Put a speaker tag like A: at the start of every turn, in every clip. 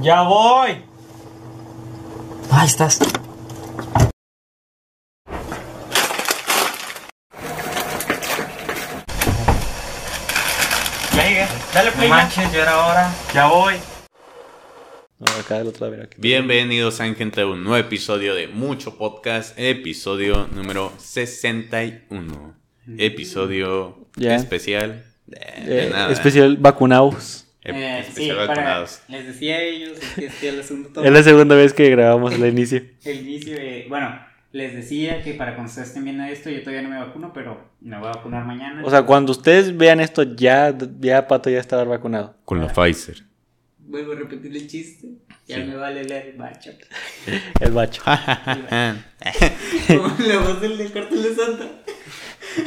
A: Ya voy.
B: Ahí estás.
A: Ya llegué. Dale play.
B: No
A: manches, ya era hora. Ya voy.
C: No, acá del otro, a ver, aquí.
D: Bienvenidos a gente a un nuevo episodio de Mucho Podcast, episodio número 61.
B: Mm.
D: Episodio
C: Ya.
D: especial. Eh, de
C: Eh,
D: nada.
C: especial vacunados.
D: Ep-
B: Eh, sí,
D: especial
B: para-
D: vacunados.
B: les decía a ellos es que este el asunto
C: Es la segunda vez que grabamos el inicio.
B: el inicio de, bueno, les decía que para cuando ustedes estén viendo esto yo todavía no me vacuno, pero me voy a vacunar mañana.
C: O sea, cuando ustedes vean esto, ya, ya Pato ya estaba vacunado.
D: Con la Pfizer.
B: vuelvo a repetir el chiste. Ya
D: Sí.
B: me vale leer el macho.
C: El bacho.
B: Como la voz del del cartel de Santa.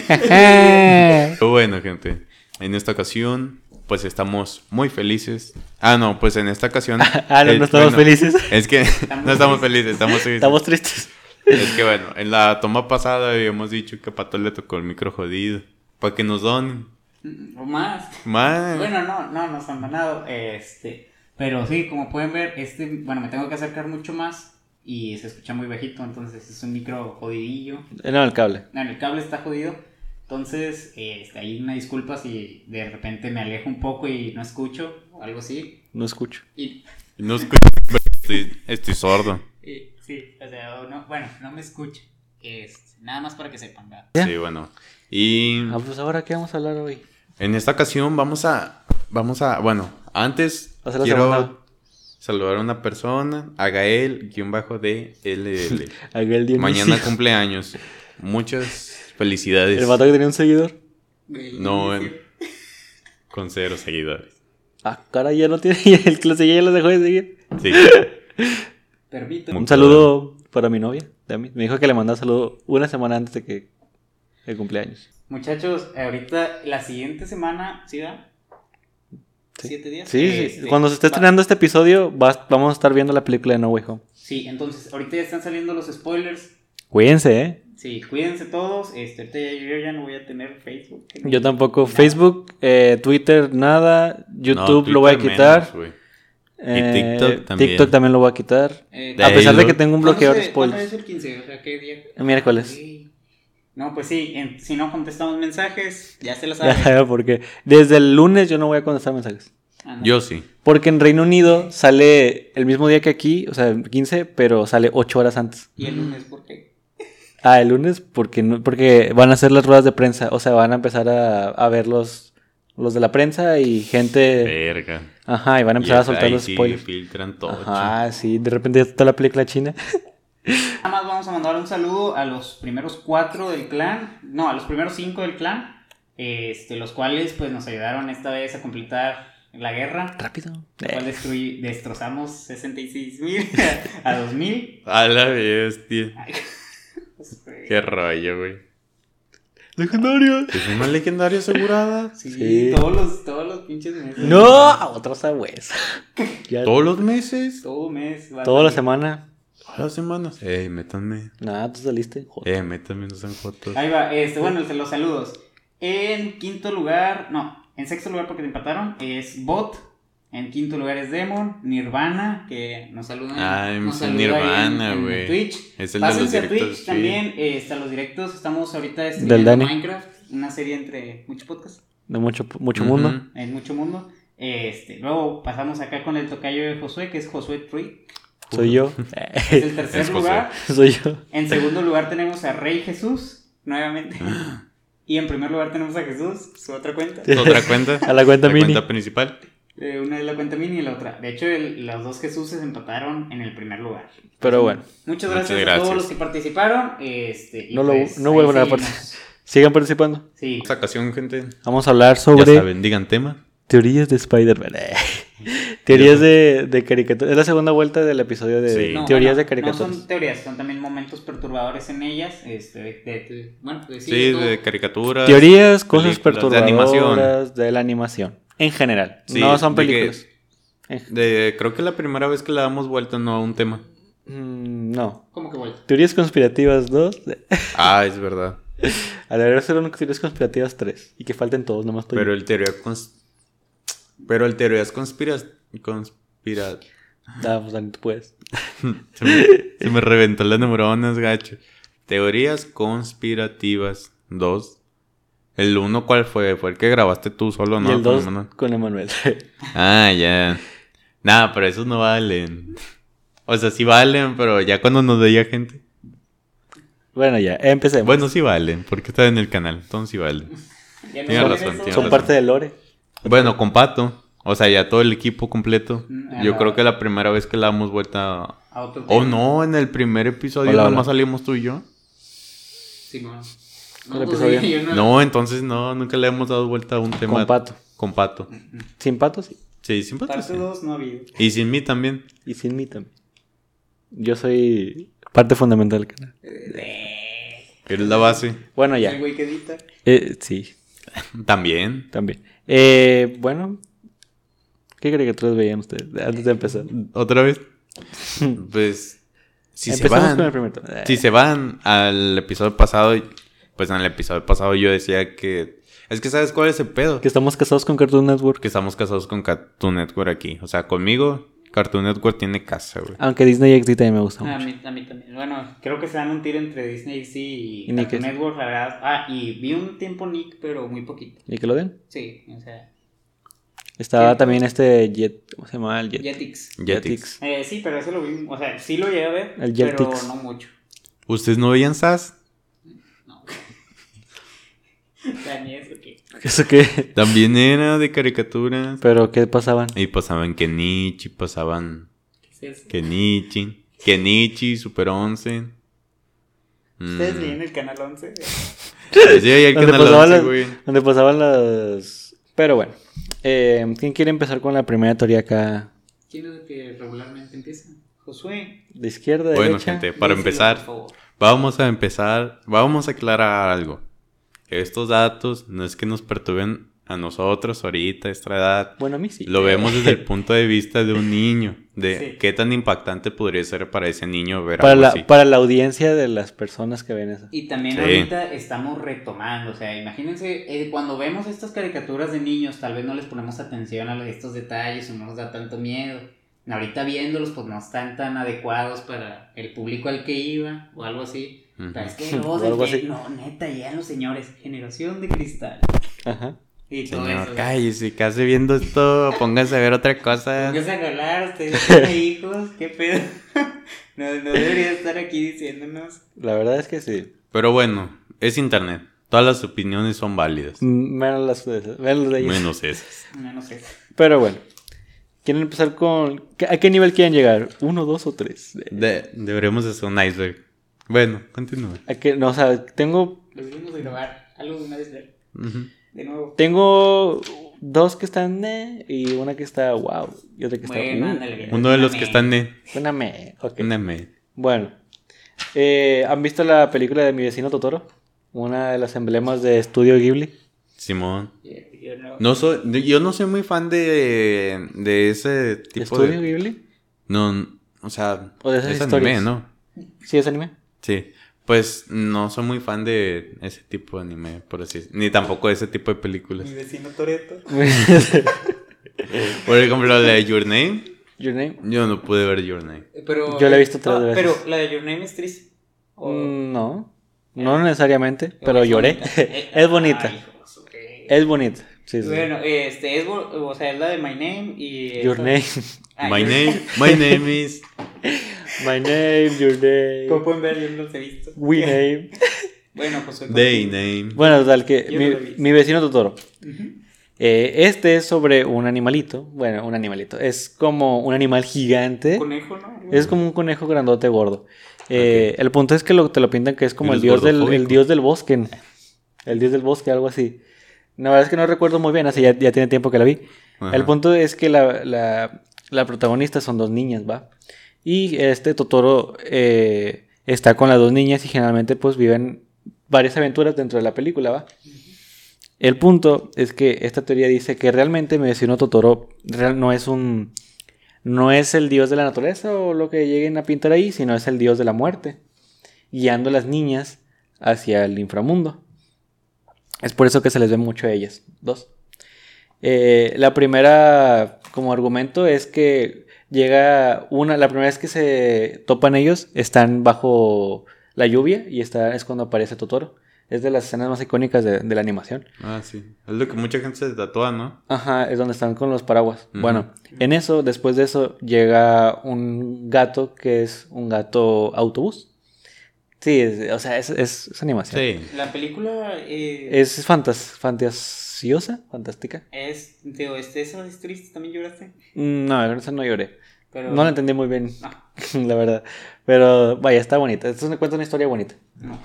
D: Pero bueno, gente, en esta ocasión, pues estamos muy felices. Ah, no, pues en esta ocasión.
C: ah, no,
D: eh,
C: no estamos
D: bueno,
C: felices.
D: Es que no estamos felices, estamos tristes.
C: Estamos tristes.
D: Es que bueno, en la toma pasada habíamos dicho que a Pato le tocó el micro jodido. Para que nos donen.
B: Mm, O más.
C: Ah.
D: Más.
B: Bueno, no, no nos han ganado. Este, pero sí, como pueden ver, este, bueno, me tengo que acercar mucho más y se escucha muy bajito, entonces es un micro jodidillo.
C: Eh, No, el cable.
B: No, el cable está jodido. Entonces, eh, este, ahí una disculpa si de repente me alejo un poco y no escucho, o algo así.
C: No escucho.
B: Y,
D: No escucho, estoy, estoy sordo.
B: y- sí, o sea, o no, bueno, no me escucho. Este, nada más para que sepan, ¿verdad?
C: Ya.
D: Sí, bueno. Y
C: Ah, pues ahora, ¿qué vamos a hablar hoy?
D: en esta ocasión vamos a. Vamos a. Bueno, antes
C: Hacer la
D: quiero
C: segunda.
D: saludar a una persona, a Gael, guión bajo de LL.
C: Aquel día
D: Mañana
C: mis-
D: cumpleaños. Muchas felicidades.
C: El vato que tenía un seguidor.
D: No, en- con cero seguidores.
C: Ah, cara, ya no tiene. El clase ya los dejó de seguir.
D: Sí.
B: Permito.
D: Muy
C: Un saludo para mi novia. de mí. Me dijo que le mandaba saludo una semana antes de que el cumpleaños.
B: Muchachos, ahorita la siguiente semana, ¿sí da? ¿Siete días?
C: Sí, sí.
B: Este,
C: Cuando se esté
B: va-
C: estrenando este episodio, vas- vamos a estar viendo la película de No Way Home.
B: Sí, entonces, ahorita ya están saliendo los spoilers.
C: Cuídense, ¿eh?
B: Sí, cuídense todos. Este, ahorita ya- yo ya no voy a tener Facebook.
C: Yo tampoco.
B: Nada.
C: Facebook, eh, Twitter, nada.
D: No,
C: YouTube lo voy a
D: Twitter
C: quitar.
D: menos, güey.
C: Eh,
D: TikTok también.
C: TikTok también lo voy a quitar.
B: Eh,
D: De
C: a pesar de
D: ello-
C: que tengo un
B: ¿cuándo
C: bloqueador
B: se-
C: de
B: cuándo
C: spoilers.
B: es el 15? O sea, ¿qué día?
C: El miércoles.
B: Sí. No, pues sí, en- si no contestamos mensajes, ya se lo
C: Ya
B: saben.
C: sabes porque desde el lunes yo no voy a contestar mensajes.
B: Anda.
D: Yo sí.
C: Porque en Reino Unido sale el mismo día que aquí, o sea, el 15, pero sale 8 horas antes.
B: Y el lunes, ¿por qué?
C: Ah, el lunes, porque, no- porque van a hacer las ruedas de prensa, o sea, van a empezar a, a ver los, los de la prensa y gente...
D: Verga.
C: Ajá, y van a empezar a soltar los spoilers.
D: filtran todo.
C: Ajá, sí, de repente ya está la película china.
B: Nada más vamos a mandar un saludo a los primeros cuatro del clan. No, a los primeros cinco del clan. Este, los cuales pues nos ayudaron esta vez a completar la guerra.
C: Rápido.
B: la cual
C: Eh,
B: destruí- destrozamos 66 mil a 2000.
D: A la bestia.
B: Ay, pues, güey.
D: Qué rollo, güey.
C: Legendario.
D: Es una legendaria asegurada.
B: Sí,
C: Sí.
B: Todos, los, todos los pinches meses.
C: No, otra sabuesa. Ya
D: Todos los meses.
B: Todo mes. va a
C: toda la
B: salir.
C: semana.
D: Todas las semanas. Eh, métanme.
C: Nada, tú saliste. Joder.
D: Eh, métanme, no sean fotos.
B: Ahí va, este, bueno, los saludos. En quinto lugar, no, en sexto lugar porque te empataron, es Bot. En quinto lugar es Demon, Nirvana, que nos saludan.
D: Ay,
B: nos
D: sí,
B: saluda
D: Nirvana,
B: en- en
D: güey.
B: Twitch.
D: Es el de los
B: Pásense a
D: directos.
B: Twitch
D: sí.
B: también, eh, está los directos. Estamos ahorita
C: Del
B: estrenando
C: Dani.
B: Minecraft, una serie entre muchos podcasts,
C: De mucho, mucho
D: Ujú.
C: mundo.
B: en mucho mundo. Este, luego pasamos acá con el tocayo de Josué, que es Josué Tree,
C: Soy yo.
B: es el tercer
D: Es Josué.
B: lugar.
C: Soy yo.
B: En segundo lugar tenemos a Rey Jesús, nuevamente.
C: Ah.
B: Y en primer lugar tenemos a Jesús, su otra cuenta.
D: ¿Otra cuenta?
C: A la cuenta mini.
D: cuenta principal.
B: Eh, una es la cuenta mini y la otra. De hecho, el- los dos Jesús se empataron en el primer lugar.
C: Pero bueno,
B: Muchas
D: Muchas
B: gracias, a
D: gracias.
B: todos los que participaron. Este, y
C: No lo-
B: pues,
C: no
B: ahí
C: vuelvan a
B: seguimos.
C: sigan participando.
B: Sí.
D: Esta ocasión, gente.
C: Vamos a hablar
D: Ya
C: sobre
D: saben, digan tema.
C: teorías de Spider-Man. Eh. Teorías de, de caricaturas. Es la segunda vuelta del episodio de
D: Sí.
B: No,
C: teorías de
B: bueno,
C: caricaturas.
B: No son teorías, son también momentos perturbadores en ellas. Este, de- de- bueno, pues,
D: Sí,
B: sí, todo.
D: de caricaturas.
C: Teorías, cosas
D: películas, de
C: perturbadoras de,
D: animación.
C: la animación. En general.
D: Sí,
C: no son
D: de que-
C: películas. En-
D: de- creo que la primera vez que le damos vuelta no a un tema.
C: Mm, no.
B: ¿Cómo que vuelta?
C: Teorías conspirativas 2.
D: Ah, es verdad.
C: A la verdad, solo teorías conspirativas 3. Y que falten todos, nomás estoy.
D: Pero el teoría cons- Pero el teorías conspiras... Conspira...
C: Ah, pues Dani, tú puedes.
D: Se me, se me reventó las neuronas, gacho. Teorías conspirativas 2. ¿El 1 cuál fue? Fue el que grabaste tú solo, ¿no?
C: y el
D: Con
C: 2
D: Emanuel.
C: con Emanuel.
D: Ah, ya. Nada, pero esos no valen. O sea, sí valen, pero ya cuando nos veía gente.
C: bueno, ya, empecemos.
D: Bueno, sí valen, porque está en el canal, entonces sí valen.
B: Ya no
D: Tienes
B: son
D: razón,
B: esos.
D: tienes
C: Son parte de Lore.
D: Bueno, con Pato. O sea, ya todo el equipo completo.
B: Mm,
D: Yo
B: ah.
D: creo que la primera vez que la damos vuelta.
B: A otro
D: Oh,
B: tema.
D: no, en el primer episodio
C: Hola,
D: nada
C: hola.
D: más salimos tú y yo.
B: Simón.
C: ¿Cuál
B: No, pues,
C: episodio?
B: yo no-
D: No, entonces no, nunca le hemos dado vuelta a un tema.
C: Con Pato.
D: Con Pato.
C: Sin Pato, sí.
D: Sí, sin Pato.
B: Parte
D: sí.
B: 2 no ha habido.
D: Y sin mí también.
C: Y sin mí también. Yo soy parte fundamental del canal.
D: Eres la base.
C: Bueno,
B: El
C: ya.
B: güey que edita.
C: Eh, sí,
D: También.
C: también. Eh, bueno. ¿Qué caricaturas veían ustedes antes de empezar?
D: ¿Otra vez? Pues. Si se
C: Empezamos
D: van.
C: con el primer tema. Eh,
D: Si se van al episodio pasado, pues en el episodio pasado yo decía que. Es que sabes cuál es el pedo.
C: Que estamos casados con Cartoon Network.
D: Que estamos casados con Cartoon Network aquí. O sea, conmigo, Cartoon Network tiene casa, güey.
C: Aunque Disney XD también me gusta
B: A
C: mucho.
B: mí, a mí también. Bueno, creo que se dan un tiro entre Disney sí y,
C: Y Nick
B: Cartoon
C: es-
B: Network, la verdad. Ah, y vi un tiempo Nick, pero muy poquito.
C: ¿Y que lo den?
B: Sí, o sea,
C: Estaba
B: Jet.
C: también este Jet. ¿Cómo se llamaba el Jet?
B: Jetix.
D: Jetix.
B: Eh, sí, pero eso lo vi, o sea, sí lo llegué a ver,
C: El
B: pero
C: Jetix.
B: no mucho.
D: ¿Ustedes no veían SAS?
B: Daniel, ¿o qué?
C: ¿Eso qué?
D: También era de caricaturas.
C: ¿Pero qué pasaban?
D: Y pasaban Kenichi, pasaban
B: ¿Qué es eso?
D: Kenichi. Kenichi, Super 11. Mm.
B: ¿Ustedes veían el canal 11?
D: Sí, ahí el
C: ¿Dónde
D: canal
C: pasaban
D: 11,
C: las-
D: güey.
C: Donde pasaban las... Pero bueno. Eh, ¿Quién quiere empezar con la primera teoría acá?
B: ¿Quién es el que regularmente empieza? Josué.
C: ¿De izquierda,
D: Bueno,
C: derecha?
D: gente, para
B: díselo,
D: empezar,
B: por favor.
D: Vamos a empezar, vamos a aclarar algo. Estos datos no es que nos perturben a nosotros ahorita, a esta edad.
C: Bueno, a mí sí.
D: Lo vemos desde el punto de vista de un niño, de
B: Sí.
D: qué tan impactante podría ser para ese niño ver
C: Para
D: algo
C: la,
D: así.
C: para la audiencia de las personas que ven eso.
B: Y también
D: Sí.
B: ahorita estamos retomando, o sea, imagínense, eh, cuando vemos estas caricaturas de niños, tal vez no les ponemos atención a estos detalles o no nos da tanto miedo. Ahorita viéndolos, pues no están tan adecuados para el público al que iba o algo así.
D: Ujú.
B: Pero es que luego
C: O
B: se
C: algo
B: que-
C: así.
B: No, neta, ya los señores, generación de cristal.
C: Ajá.
B: Y todo
D: Señor,
B: eso.
D: cállese, ¿qué hace viendo esto? Póngase a ver otra cosa.
B: Empieza a hablar, ustedes tienen hijos, qué pedo. No, no debería estar aquí diciéndonos.
C: La verdad es que sí.
D: Pero bueno, es internet. Todas las opiniones son válidas.
C: Mm, Menos las de esas, Menos de ellas.
D: Menos esas.
B: No, no sé.
C: Pero bueno. ¿Quieren empezar con... ¿A qué nivel quieren llegar? ¿Uno, dos o tres?
D: De- deberíamos hacer un iceberg. Bueno, continúe.
C: ¿A qué? No, o sea, tengo
B: Deberíamos de grabar algo de una vez, de-
D: Ujú.
B: de nuevo.
C: Tengo dos que están eh, y una que está wow y otra que está
B: Bueno,
C: uh,
B: ándale, bien.
D: Uno de los que están en...
C: una me. ok.
D: Una me.
C: Bueno, eh, ¿han visto la película de mi vecino Totoro? Una de las emblemas de Estudio Ghibli.
D: Simón.
B: Yo- yo no-
D: No soy, yo no soy muy fan de, de ese
C: ¿De
D: tipo
C: ¿Estudio
D: de...
C: Ghibli?
D: No, n- o sea,
C: O de esas
D: es
C: historias.
D: anime, ¿no?
C: Sí, es anime.
D: Sí. Pues no soy muy fan de ese tipo de anime, por así decirlo. Ni tampoco de ese tipo de películas.
B: Mi vecino Toreto.
D: Por ejemplo, la de Your Name.
C: Your Name.
D: Yo no pude ver Your Name.
B: Pero,
C: Yo la he visto tres
B: Ah,
C: veces.
B: Pero la de Your Name is Tris. O- Eh,
C: Mm, No, no necesariamente, pero
B: es
C: lloré.
B: bonita. Eh,
C: Es bonita.
B: ay, hijos, ok.
C: Es bonita. Sí, sí.
B: Bueno, este es, bo- o sea, es la de My Name y...
C: Your
B: esta-
C: name,
B: Ah,
D: my
B: Your-
D: name, my name is.
C: my name, your
B: Como
C: name,
B: pueden ver, yo no los he visto.
C: we name.
B: Bueno, pues... soy-
D: They name.
C: Bueno, tal que
B: Yo no
C: mi-
B: la he visto.
C: mi vecino Totoro.
B: Ujú.
C: Eh, este es sobre un animalito. Bueno, un animalito. Es como un animal gigante.
B: Conejo, ¿no?
C: Es como un conejo grandote gordo. Eh, El punto es que lo, te lo pintan que es como el
D: Eres
C: dios, del, el
D: gordofóbico.
C: dios del bosque. El dios del bosque, algo así. La verdad es que no recuerdo muy bien, así ya, ya tiene tiempo que la vi.
D: Ajá.
C: El punto es que la, la- la protagonista son dos niñas, ¿va? Y este Totoro eh, está con las dos niñas y generalmente pues viven varias aventuras dentro de la película, ¿va? El punto es que esta teoría dice que realmente mi vecino Totoro real- no es un... No es el dios de la naturaleza o lo que lleguen a pintar ahí, sino es el dios de la muerte, guiando a las niñas hacia el inframundo. Es por eso que se les ve mucho a ellas, dos. Eh, la primera, como argumento, es que llega una, la primera vez que se topan ellos, están bajo la lluvia y está, es cuando aparece Totoro. Es de las escenas más icónicas de, de la animación.
D: Ah, sí. Es lo que mucha gente se tatúa, ¿no?
C: Ajá, es donde están con los paraguas.
D: Ujú.
C: Bueno, en eso, después de eso, llega un gato que es un gato autobús. Sí, es- o sea, es, es- es animación.
D: Sí.
B: La película eh,
C: Es fantas, fantasiosa, fantástica.
B: es, digo, este, esa es triste, también lloraste.
C: Mm, No, en esa no lloré.
B: Pero,
C: No la entendí muy bien,
B: Ah,
C: la verdad. Pero vaya, está bonita. Esto cuenta una historia bonita.
B: no.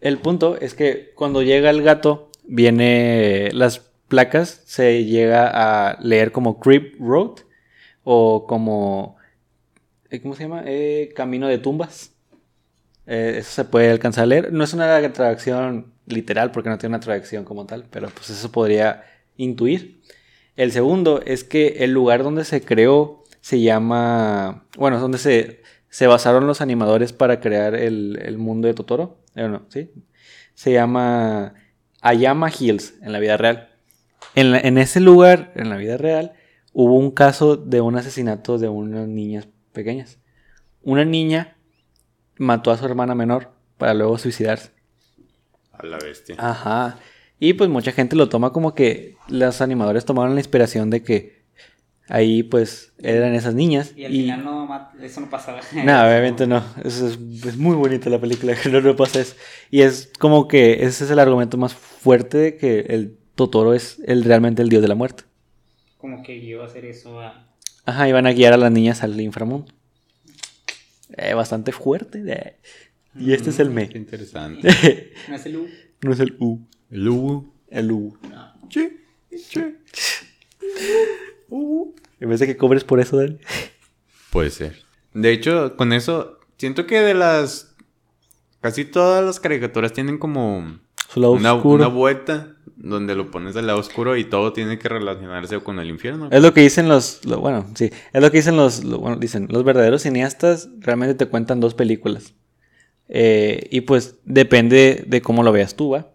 C: El punto es que cuando llega el gato, viene las placas, se llega a leer como Creep Road o como, eh, ¿cómo se llama? Eh, Camino de tumbas. Eh, eso se puede alcanzar a leer. No es una traducción literal porque no tiene una traducción como tal, pero pues eso podría intuir. El segundo es que el lugar donde se creó se llama, bueno, es donde se, se basaron los animadores para crear el, el mundo de Totoro. Eh, no, ¿sí? Se llama Ayama Hills en la vida real. En, la- en ese lugar, en la vida real, hubo un caso de un asesinato de unas niñas pequeñas. Una niña mató a su hermana menor para luego suicidarse.
D: A la bestia.
C: Ah, Ajá. Y pues mucha gente lo toma como que los animadores tomaron la inspiración de que ahí pues eran esas niñas.
B: Y al final no, ma- eso no pasaba.
C: No, obviamente no. Eso es, es muy bonita la película, que no lo pasa eso. Y es como que ese es el argumento más fuerte de que el Totoro es el, realmente el dios de la muerte.
B: Como que yo hacer eso a...
C: Ajá, y van a guiar a las niñas al inframundo. Eh, bastante fuerte. eh. Y este es el
D: Qué
C: me.
D: interesante.
B: ¿No es el U?
C: no es el u,
D: El Hugo.
C: el u.
B: No.
D: Che, che. Uh.
C: En vez de que cobres por eso, Dani.
D: Puede ser. De hecho, con eso, siento que de las... Casi todas las caricaturas tienen como
C: Su lado
D: una,
C: oscuro.
D: una vuelta donde lo pones al lado oscuro y todo tiene que relacionarse con el infierno.
C: Es lo que dicen los, lo- bueno, sí, es lo que dicen los, lo- bueno, dicen, los verdaderos cineastas realmente te cuentan dos películas. Eh, y pues depende de cómo lo veas tú, ¿va?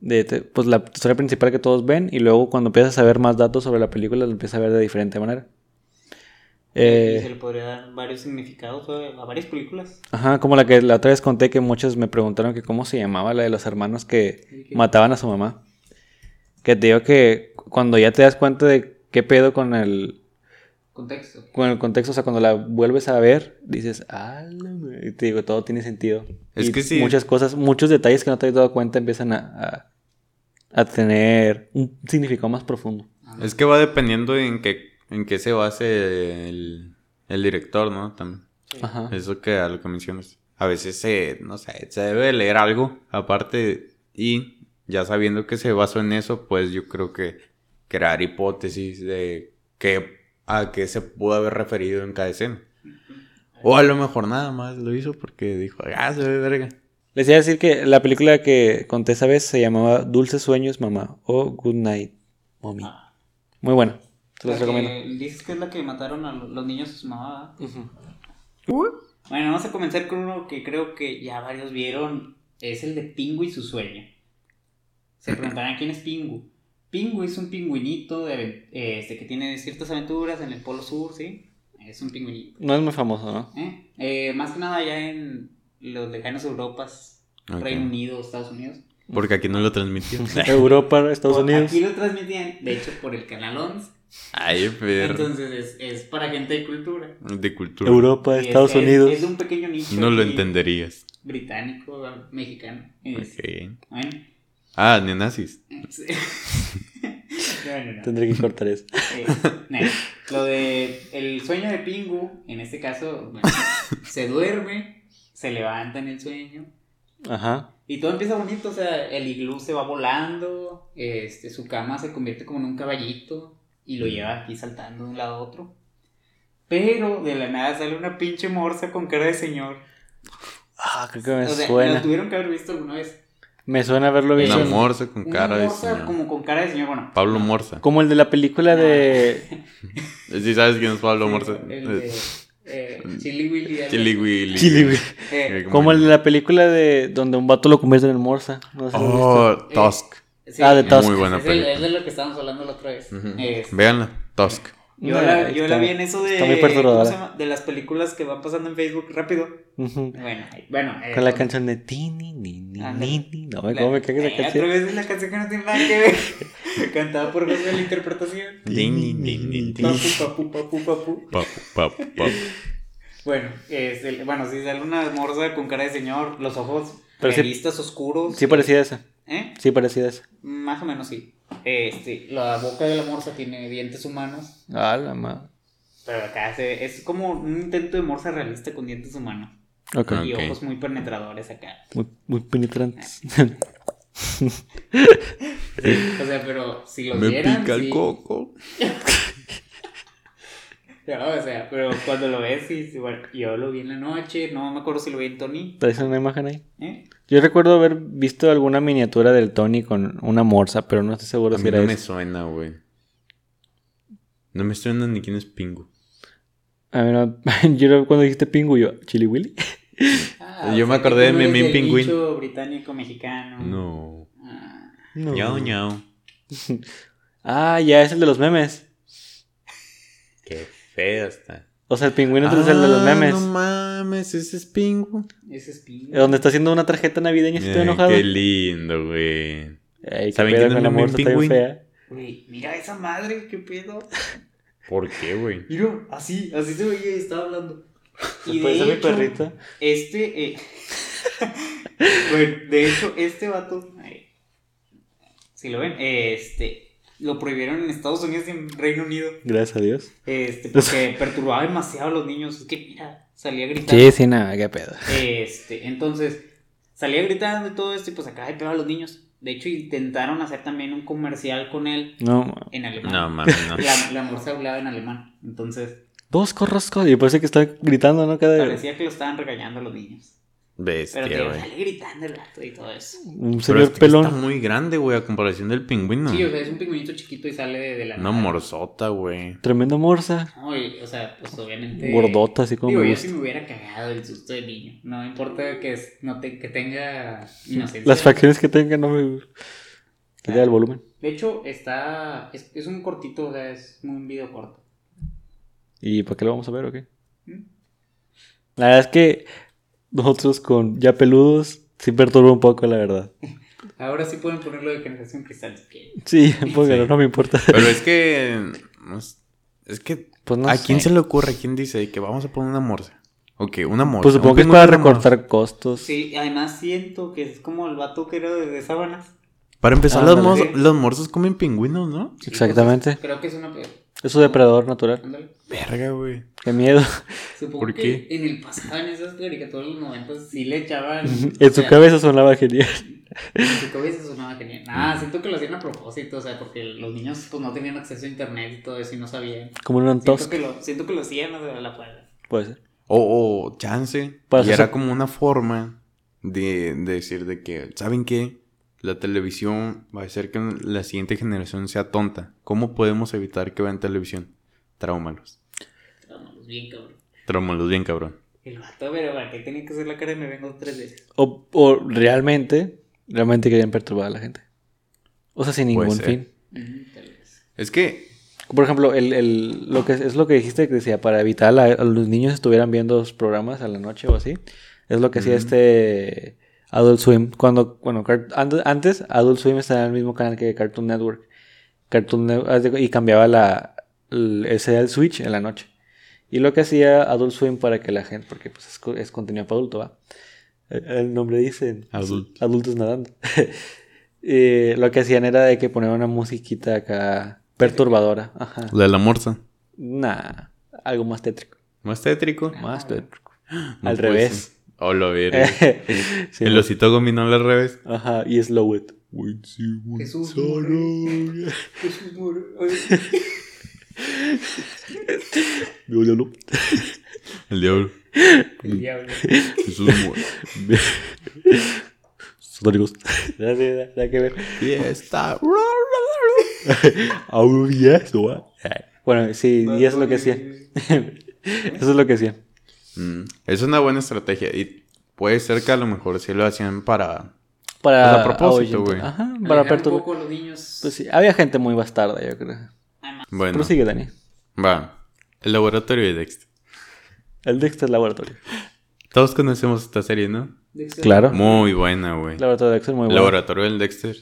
C: De, te- pues la historia principal que todos ven y luego cuando empiezas a ver más datos sobre la película lo empiezas a ver de diferente manera.
B: Y se
C: Eh,
B: le podría dar varios significados a, a varias películas.
C: ajá, como la que la otra vez conté que muchos me preguntaron que cómo se llamaba la de los hermanos que mataban a su mamá. Que te digo que cuando ya te das cuenta de qué pedo con el,
B: Contexto.
C: con el contexto, o sea, cuando la vuelves a ver, dices, ah, la madre", y te digo, todo tiene sentido.
D: Es
C: Y
D: que sí.
C: Muchas cosas, muchos detalles que no te habías dado cuenta empiezan a, a, a tener un significado más profundo.
D: Es que va dependiendo en qué, en qué se base el, el director, ¿no? También.
C: Ajá.
D: Eso que a lo que mencionas. A veces se, no sé, se debe leer algo aparte y ya sabiendo que se basó en eso, pues yo creo que crear hipótesis de qué, a qué se pudo haber referido en cada escena. O a lo mejor nada más lo hizo porque dijo, ah, se ve verga.
C: Les iba a decir que la película que conté esa vez se llamaba Dulces Sueños, Mamá, o Good Night, Mommy.
B: Ah.
C: Muy buena, se los
B: La que-
C: recomiendo.
B: Dices que es la que mataron a lo- los niños a su mamá. ¿verdad? Bueno, vamos a comenzar con uno que creo que ya varios vieron. Es el de Pingu y su sueño. Se preguntarán quién es Pingu. Pingu es un pingüinito de, aven- eh, este, que tiene ciertas aventuras en el Polo Sur, ¿sí? Es un pingüinito.
C: No es muy famoso, ¿no?
B: ¿eh? Eh, más que nada allá en los lejanos Europas,
D: Ok.
B: Reino Unido, Estados Unidos.
D: Porque aquí no lo transmitió.
C: Europa, Estados
B: Por-
C: Unidos.
B: Aquí lo transmitían, de hecho, por el canal 11.
D: Ay, pero
B: Entonces es, es para gente de cultura.
D: de cultura.
C: Europa,
B: Y es-
C: Estados
B: es-
C: Unidos.
B: Es, de un pequeño nicho.
D: No lo
B: aquí,
D: entenderías.
B: Británico, mexicano. Es-
D: Ok.
B: bueno,
D: Ah, neonazis.
B: sí. No, no, no.
C: Tendré que cortar eso.
B: Eh, no. Lo de el sueño de Pingu, en este caso, bueno, se duerme, se levanta en el sueño.
C: Ajá.
B: Y todo empieza bonito, o sea, el iglú se va volando, este, su cama se convierte como en un caballito y lo lleva aquí saltando de un lado a otro. Pero de la nada sale una pinche morsa con cara de señor.
C: Ah, creo que me
B: o sea,
C: suena.
B: lo tuvieron que haber visto alguna vez.
C: Me suena haberlo
B: Eh,
C: visto.
D: Una
C: en-
D: morsa con
B: Una
D: cara de
B: morsa
D: señor.
B: como con cara de señor, bueno.
D: Pablo Morsa.
C: Como el de la película
D: Ah.
C: de
D: Si sabes quién es Pablo Morsa.
B: El de eh, Chili Willy. algo
D: Chili
B: así.
D: Willy.
C: Chile, güey.
B: Eh,
C: Como el de la película de donde un vato lo convierte en morsa. No sé si lo has visto.
D: Oh, Tusk.
B: Sí,
C: Ah, de
B: es-
C: Tusk.
D: Muy buena
B: es, el-
D: película.
B: es de lo que estábamos hablando la otra vez.
D: Ujú.
B: Es-
D: Véanla, Tusk.
B: yo
C: Nah,
B: la, yo
C: está-
B: la vi en eso de,
C: está muy perturbadora.
B: ¿cómo se llama? de las películas que van pasando en Facebook rápido.
C: Ujú.
B: Bueno, ahí- bueno. eh,
C: Con la canción de Tini, ni, ni,
B: Ándale.
C: ni, ni. No, me,
B: la-
C: cómo me caga
B: eh,
C: esa
B: Otra
C: canción.
B: vez es la canción que no tiene nada que ver. Cantada por José de la interpretación.
D: Ni, ni, ni, ni.
B: Papu, papu, papu, papu.
D: Papu, papu, papu.
B: Bueno, es el- bueno, si sale una morsa con cara de señor, los ojos
C: Pero sí-
B: realistas, oscuros.
C: Sí parecía esa.
B: ¿Eh?
C: Sí parecía esa.
B: Más o menos sí. Este, la boca de la morsa tiene dientes humanos,
C: Ah, la madre.
B: pero acá se, es como un intento de morsa realista con dientes humanos
C: Ok.
D: Ah.
B: y
D: Ok.
B: ojos muy penetradores acá.
C: Muy, muy penetrantes.
B: O sea, pero si los
D: Me
B: vieran,
D: pica el
B: sí.
D: coco.
B: No, o sea, pero cuando lo ves, sí, sí, bueno, yo lo vi en la noche, no me acuerdo si lo vi en Tony,
C: ¿Traes una imagen ahí?
B: ¿eh?
C: Yo recuerdo haber visto alguna miniatura del Tony con una morsa, pero no estoy seguro
D: A
C: si
D: mí
C: era
D: no
C: eso.
D: me suena, güey. No me suena ni quién es Pingu.
C: A mí no- yo no- cuando dijiste Pingu, yo, ¿Chili Willy?
B: Ah,
D: Yo
B: o
D: me
B: sea, que
D: acordé de
B: tú eres
D: Memín
B: del
D: Pingüín.
B: nicho británico-mexicano.
D: No.
B: Ah,
C: No.
D: Ñao, ñao.
C: Ah, ya es el de los memes.
D: Qué fea está.
C: O sea, el pingüino es el de los memes.
D: Ah,
C: Eh,
D: No mames, ese es Pingu.
B: ese es Ping.
C: Donde está haciendo una tarjeta navideña, si estoy
D: Ay,
C: enojado.
D: Qué lindo, güey.
C: Ay, qué
D: Eh, ¿Saben
C: pedo
D: quién es
C: con la
D: Memín
C: morsa, está bien
D: Pingüín?
C: fea.
B: Güey, mira esa madre, qué pedo.
D: ¿Por qué, güey?
B: Mira, así, así se veía y estaba hablando. Y
C: Pues
B: de
C: es mi
B: hecho,
C: perrito.
B: Este, eh, bueno, de hecho, este vato, eh, si lo ven, eh, este, lo prohibieron en Estados Unidos y en Reino Unido,
C: Gracias a Dios.
B: este,
C: Pues-
B: porque perturbaba demasiado a los niños. Es que, mira, salía gritando.
C: Sí, sí, nada, qué pedo.
B: Este, entonces, salía gritando y todo esto, y pues acaba de pegar a los niños. De hecho, intentaron hacer también un comercial con él
C: No, ma-
B: en alemán.
D: No mames, no.
B: La, la morsa hablaba en alemán, entonces
C: dos corroscos. Y parece que está gritando, ¿no? Cada
B: parecía que lo estaban regañando a los niños.
D: Bestia,
B: Pero te
D: güey.
B: sale gritando el gato y todo eso.
C: un
D: Pero
C: señor
D: este
C: pelón.
D: está muy grande, güey, a comparación del pingüino.
B: Sí, o sea, es un pingüinito chiquito y sale de, de la
D: Una
B: nada.
D: morsota, güey.
C: Tremendo morsa.
B: No, y, o sea, pues obviamente.
C: Gordota, así como
B: Digo,
C: me
B: yo
C: gusta.
B: sí me hubiera cagado el susto de niño. No importa que, es- no te- que tenga inocencia.
C: Las facciones que tenga no me.
B: Ah.
C: Que da el volumen.
B: De hecho, está. Es, es un cortito, o sea, es un video corto.
C: ¿Y para qué lo vamos a ver o qué?
B: ¿Mm?
C: La verdad es que nosotros con ya peludos sí perturba un poco, la verdad.
B: Ahora sí pueden ponerlo de generación cristal si quieren.
C: Sí, porque
D: Sí.
C: no me importa.
D: Pero es que. no es- Es que.
C: Pues no
D: ¿A quién
C: sé.
D: se le ocurre? ¿Quién dice que vamos a poner una morsa? Ok, una morsa.
C: Pues
D: un
C: supongo que es
D: pingüino
C: para
D: y una morsa.
C: recortar costos.
B: Sí, además siento que es como el vato que era de, de sábanas.
D: Para empezar,
C: Ah,
D: los,
C: ándale.
D: mors- los morsos comen pingüinos, ¿no?
B: Sí,
C: Exactamente.
B: pues, creo que es una. pe-
C: Es un depredador natural.
B: Ándale.
D: Verga, güey.
C: Qué miedo.
B: Supongo
D: ¿Por
B: que en el pasado, en esas caricaturas de los 90 sí le echaban. o
C: En su
B: sea,
C: cabeza sonaba genial.
B: En su cabeza sonaba genial. Ah, siento que lo hacían a propósito, o sea, porque los niños pues no tenían acceso a internet y todo eso y no sabían.
C: Como un
B: Siento
C: antojo.
B: que lo, siento que lo hacían o sea, a la fuerza.
C: Puede ser.
D: O, o chance.
C: Para
D: y
C: hacer-
D: era como una forma de, de decir de que, ¿saben qué? La televisión va a hacer que la siguiente generación sea tonta. ¿Cómo podemos evitar que vean televisión? Traumalos.
B: Vámonos, pues, bien cabrón.
D: Traumalos bien, cabrón.
B: El vato, pero ¿para qué tenía que hacer la cara de me vengo tres veces?
C: O, o realmente, realmente querían perturbar a la gente. O sea, sin
D: Puede
C: ningún
D: ser.
C: fin.
B: Mm, tal vez.
D: Es que
C: Por ejemplo, el, el- lo que es lo que dijiste que decía, para evitar la- a los niños estuvieran viendo los programas a la noche o así. Es lo que hacía
D: Ujú.
C: este Adult Swim. Cuando, bueno, Cart- an- antes Adult Swim estaba en el mismo canal que Cartoon Network. Cartoon Ne- haz de cu- y cambiaba la el- ese era el switch en la noche. Y lo que hacía Adult Swim para que la gente, porque pues es, co- es contenido para adulto, ¿va? El, el nombre dice
D: Adulto.
C: adultos nadando. Eh, lo que hacían era de que ponían una musiquita acá perturbadora. Ajá.
D: la de la morsa.
C: Nah, algo más tétrico.
D: Más tétrico.
C: Más
B: Ah.
C: tétrico.
D: No
C: Al
D: puede
C: revés. Eh,
D: ser. Oh, lo veré.
C: Sí,
D: El osito gominó al revés.
C: Ajá, y slow it.
B: Jesús, Moreno. Jesús Moro. Ay,
D: El diablo.
B: el diablo.
D: Jesús muere.
C: Sonoricos. Nada que ver, nada que ver.
D: Fiesta.
C: Aún y eso, ¿va? Bueno, sí, y eso es lo que hacían.
B: hacían.
C: Eso es lo que hacían.
D: Mm, Es una buena estrategia. Y puede ser que a lo mejor sí lo hacían para
C: Para
D: Pues a propósito,
C: ahuyentar-
D: güey.
C: Ajá, para
B: Para un
C: apertura.
B: poco a los niños.
C: Pues sí, había gente muy bastarda, yo creo.
D: Bueno,
C: Prosigue, Dani.
D: va. El laboratorio de Dexter.
C: El Dexter Laboratorio.
D: Todos conocemos esta serie, ¿no?
B: Dexter.
C: Claro.
D: Muy buena, güey.
C: Laboratorio de Dexter, muy bueno.
D: Laboratorio del Dexter.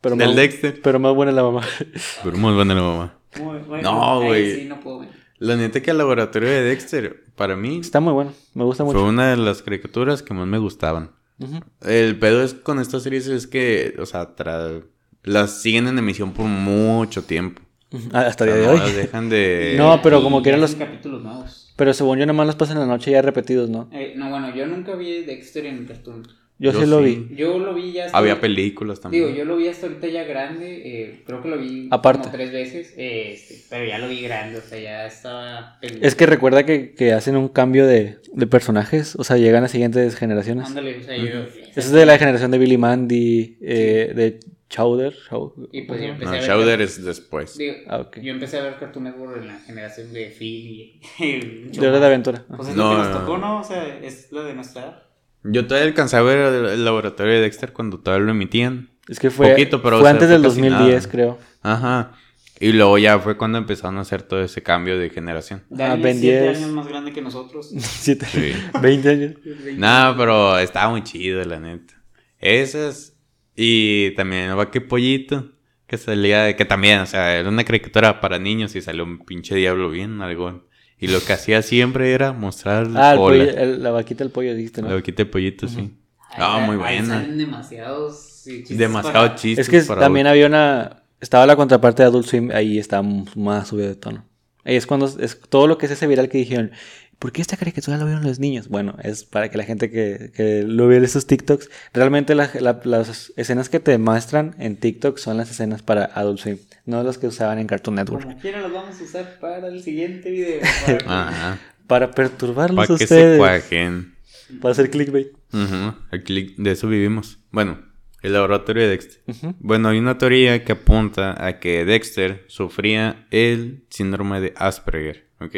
C: Pero
D: del
C: más-
D: Dexter.
C: Pero más buena la mamá.
D: Pero muy buena la mamá.
B: Muy bueno.
D: No,
B: Ahí
D: güey.
B: Sí, no puedo
C: Eh,
B: ver.
D: La neta que el laboratorio de Dexter, para mí,
C: Está muy bueno. Me gusta
D: fue
C: mucho.
D: una de las caricaturas que más me gustaban.
C: Ujú.
D: El pedo es con estas series es que, o sea, tra- las siguen en emisión por mucho tiempo.
C: Ujú. Ah, Hasta
D: O sea,
C: día de
D: no
C: hoy.
D: las dejan de...
C: No, pero
B: Eh, Y
C: como que eran los-
B: hacen capítulos nuevos.
C: Pero según yo, nomás los pasan en la noche ya repetidos, ¿no?
B: Eh, no, bueno, yo nunca vi Dexter en Cartoon.
C: Yo,
D: Yo
C: sí lo
D: sí.
C: vi.
B: Yo lo vi ya. hasta-
D: Había películas también.
B: Digo, yo lo vi hasta ahorita ya grande, eh, creo que lo vi
C: Aparte.
B: como tres veces, eh, este, pero ya lo vi grande, o sea, ya estaba... pendiente.
C: Es que recuerda que, que hacen un cambio de, de personajes. O sea, llegan a siguientes generaciones.
B: Ándale, o sea, yo...
C: Esa es de la generación de Billy Mandy, eh, de Chowder. Chow-
B: Y pues yo empecé
D: No,
B: a ver...
D: Chowder es después.
B: digo,
C: Ah, ok.
B: Yo empecé a ver Cartoon Network en la generación de Phil y...
C: De Hora de Aventura.
B: Pues es lo
D: No,
B: que nos
D: no,
B: tocó,
D: no.
B: ¿no? O sea, es lo de nuestra edad.
D: Yo todavía alcancé a ver el, el laboratorio de Dexter cuando todavía lo emitían.
C: Es que fue,
D: Poquito, pero,
C: fue
D: o sea,
C: antes
D: fue
C: del
D: casi
C: 2010,
D: nada.
C: creo.
D: Ajá. Y luego ya fue cuando empezaron a hacer todo ese cambio de generación.
C: Ah,
B: Daniel
C: Ben
B: es siete
C: 10.
B: años más grande que nosotros.
C: Siete-
D: Sí.
C: 20 años.
D: Nada, pero estaba muy chido, la neta. Esas. Y también va que pollito. Que salía de- Que también, o sea, era una caricatura para niños y salió un pinche diablo bien algo. Y lo que hacía siempre era mostrar
C: Ah, el
D: cola.
C: pollo- el- la vaquita del pollo, dijiste, ¿no?
D: Lo quité pollito, sí. Ah,
B: Ahí-
D: muy
B: ahí
D: buena.
B: salen demasiados... sí, chistes
D: Demasiado
B: para-
D: chiste.
C: Es que también había una. Estaba la contraparte de Adult Swim, ahí está más subida de tono. Ahí es cuando. Es todo lo que es ese viral que dijeron. ¿Por qué esta caricatura lo vieron los niños? Bueno, es para que la gente que, que lo ve en esos TikToks. Realmente la- la- las escenas que te muestran en TikTok son las escenas para Adult Swim, no las que usaban en Cartoon Network.
B: Como quiera los vamos a usar para el siguiente video. para-
D: Ajá.
C: Para perturbarlos a
D: Para que se
C: ustedes.
D: cuajen.
C: para hacer clickbait.
D: Ujú, el click- de eso vivimos. Bueno, el laboratorio de Dexter.
C: Ujú.
D: Bueno, hay una teoría que apunta a que Dexter sufría el síndrome de Asperger, ¿ok?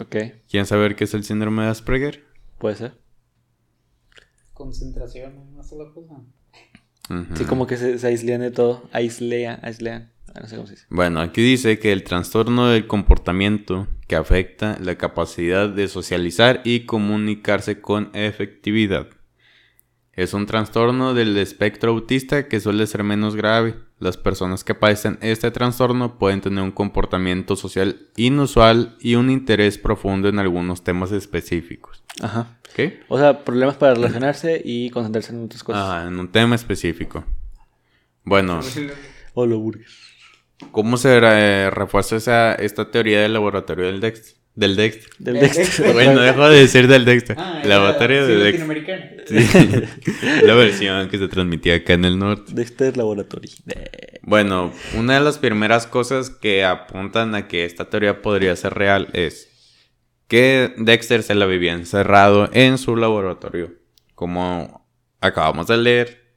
C: Ok,
D: ¿Quieren saber qué es el síndrome de Asperger?
C: puede ser.
B: Concentración en una sola cosa.
D: Ujú.
C: Sí, como que se, se aislean de todo. Aislean, aislean. Ah, No sé cómo se dice.
D: Bueno, aquí dice que el trastorno del comportamiento que afecta la capacidad de socializar y comunicarse con efectividad. Es un trastorno del espectro autista que suele ser menos grave. Las personas que padecen este trastorno pueden tener un comportamiento social inusual y un interés profundo en algunos temas específicos.
C: Ajá.
D: ¿Ok?
C: O sea, problemas para relacionarse y concentrarse en otras cosas.
D: Ah, en un tema específico. Bueno,
C: O lo burger.
D: ¿cómo se eh, refuerza esa- esta teoría del laboratorio del Dex- Del Dexter.
C: Del
B: Del
C: Dexter.
B: Dexter.
D: Bueno,
C: este
D: dejo de decir del Dexter.
B: Ah,
D: la
B: era-
D: batalla
B: sí,
D: de Dexter.
B: latinoamericana.
D: Sí. la versión que se transmitía acá en el norte.
C: Dexter Laboratory.
D: Bueno, una de las primeras cosas que apuntan a que esta teoría podría ser real es que Dexter se la vivía encerrado en su laboratorio. Como acabamos de leer,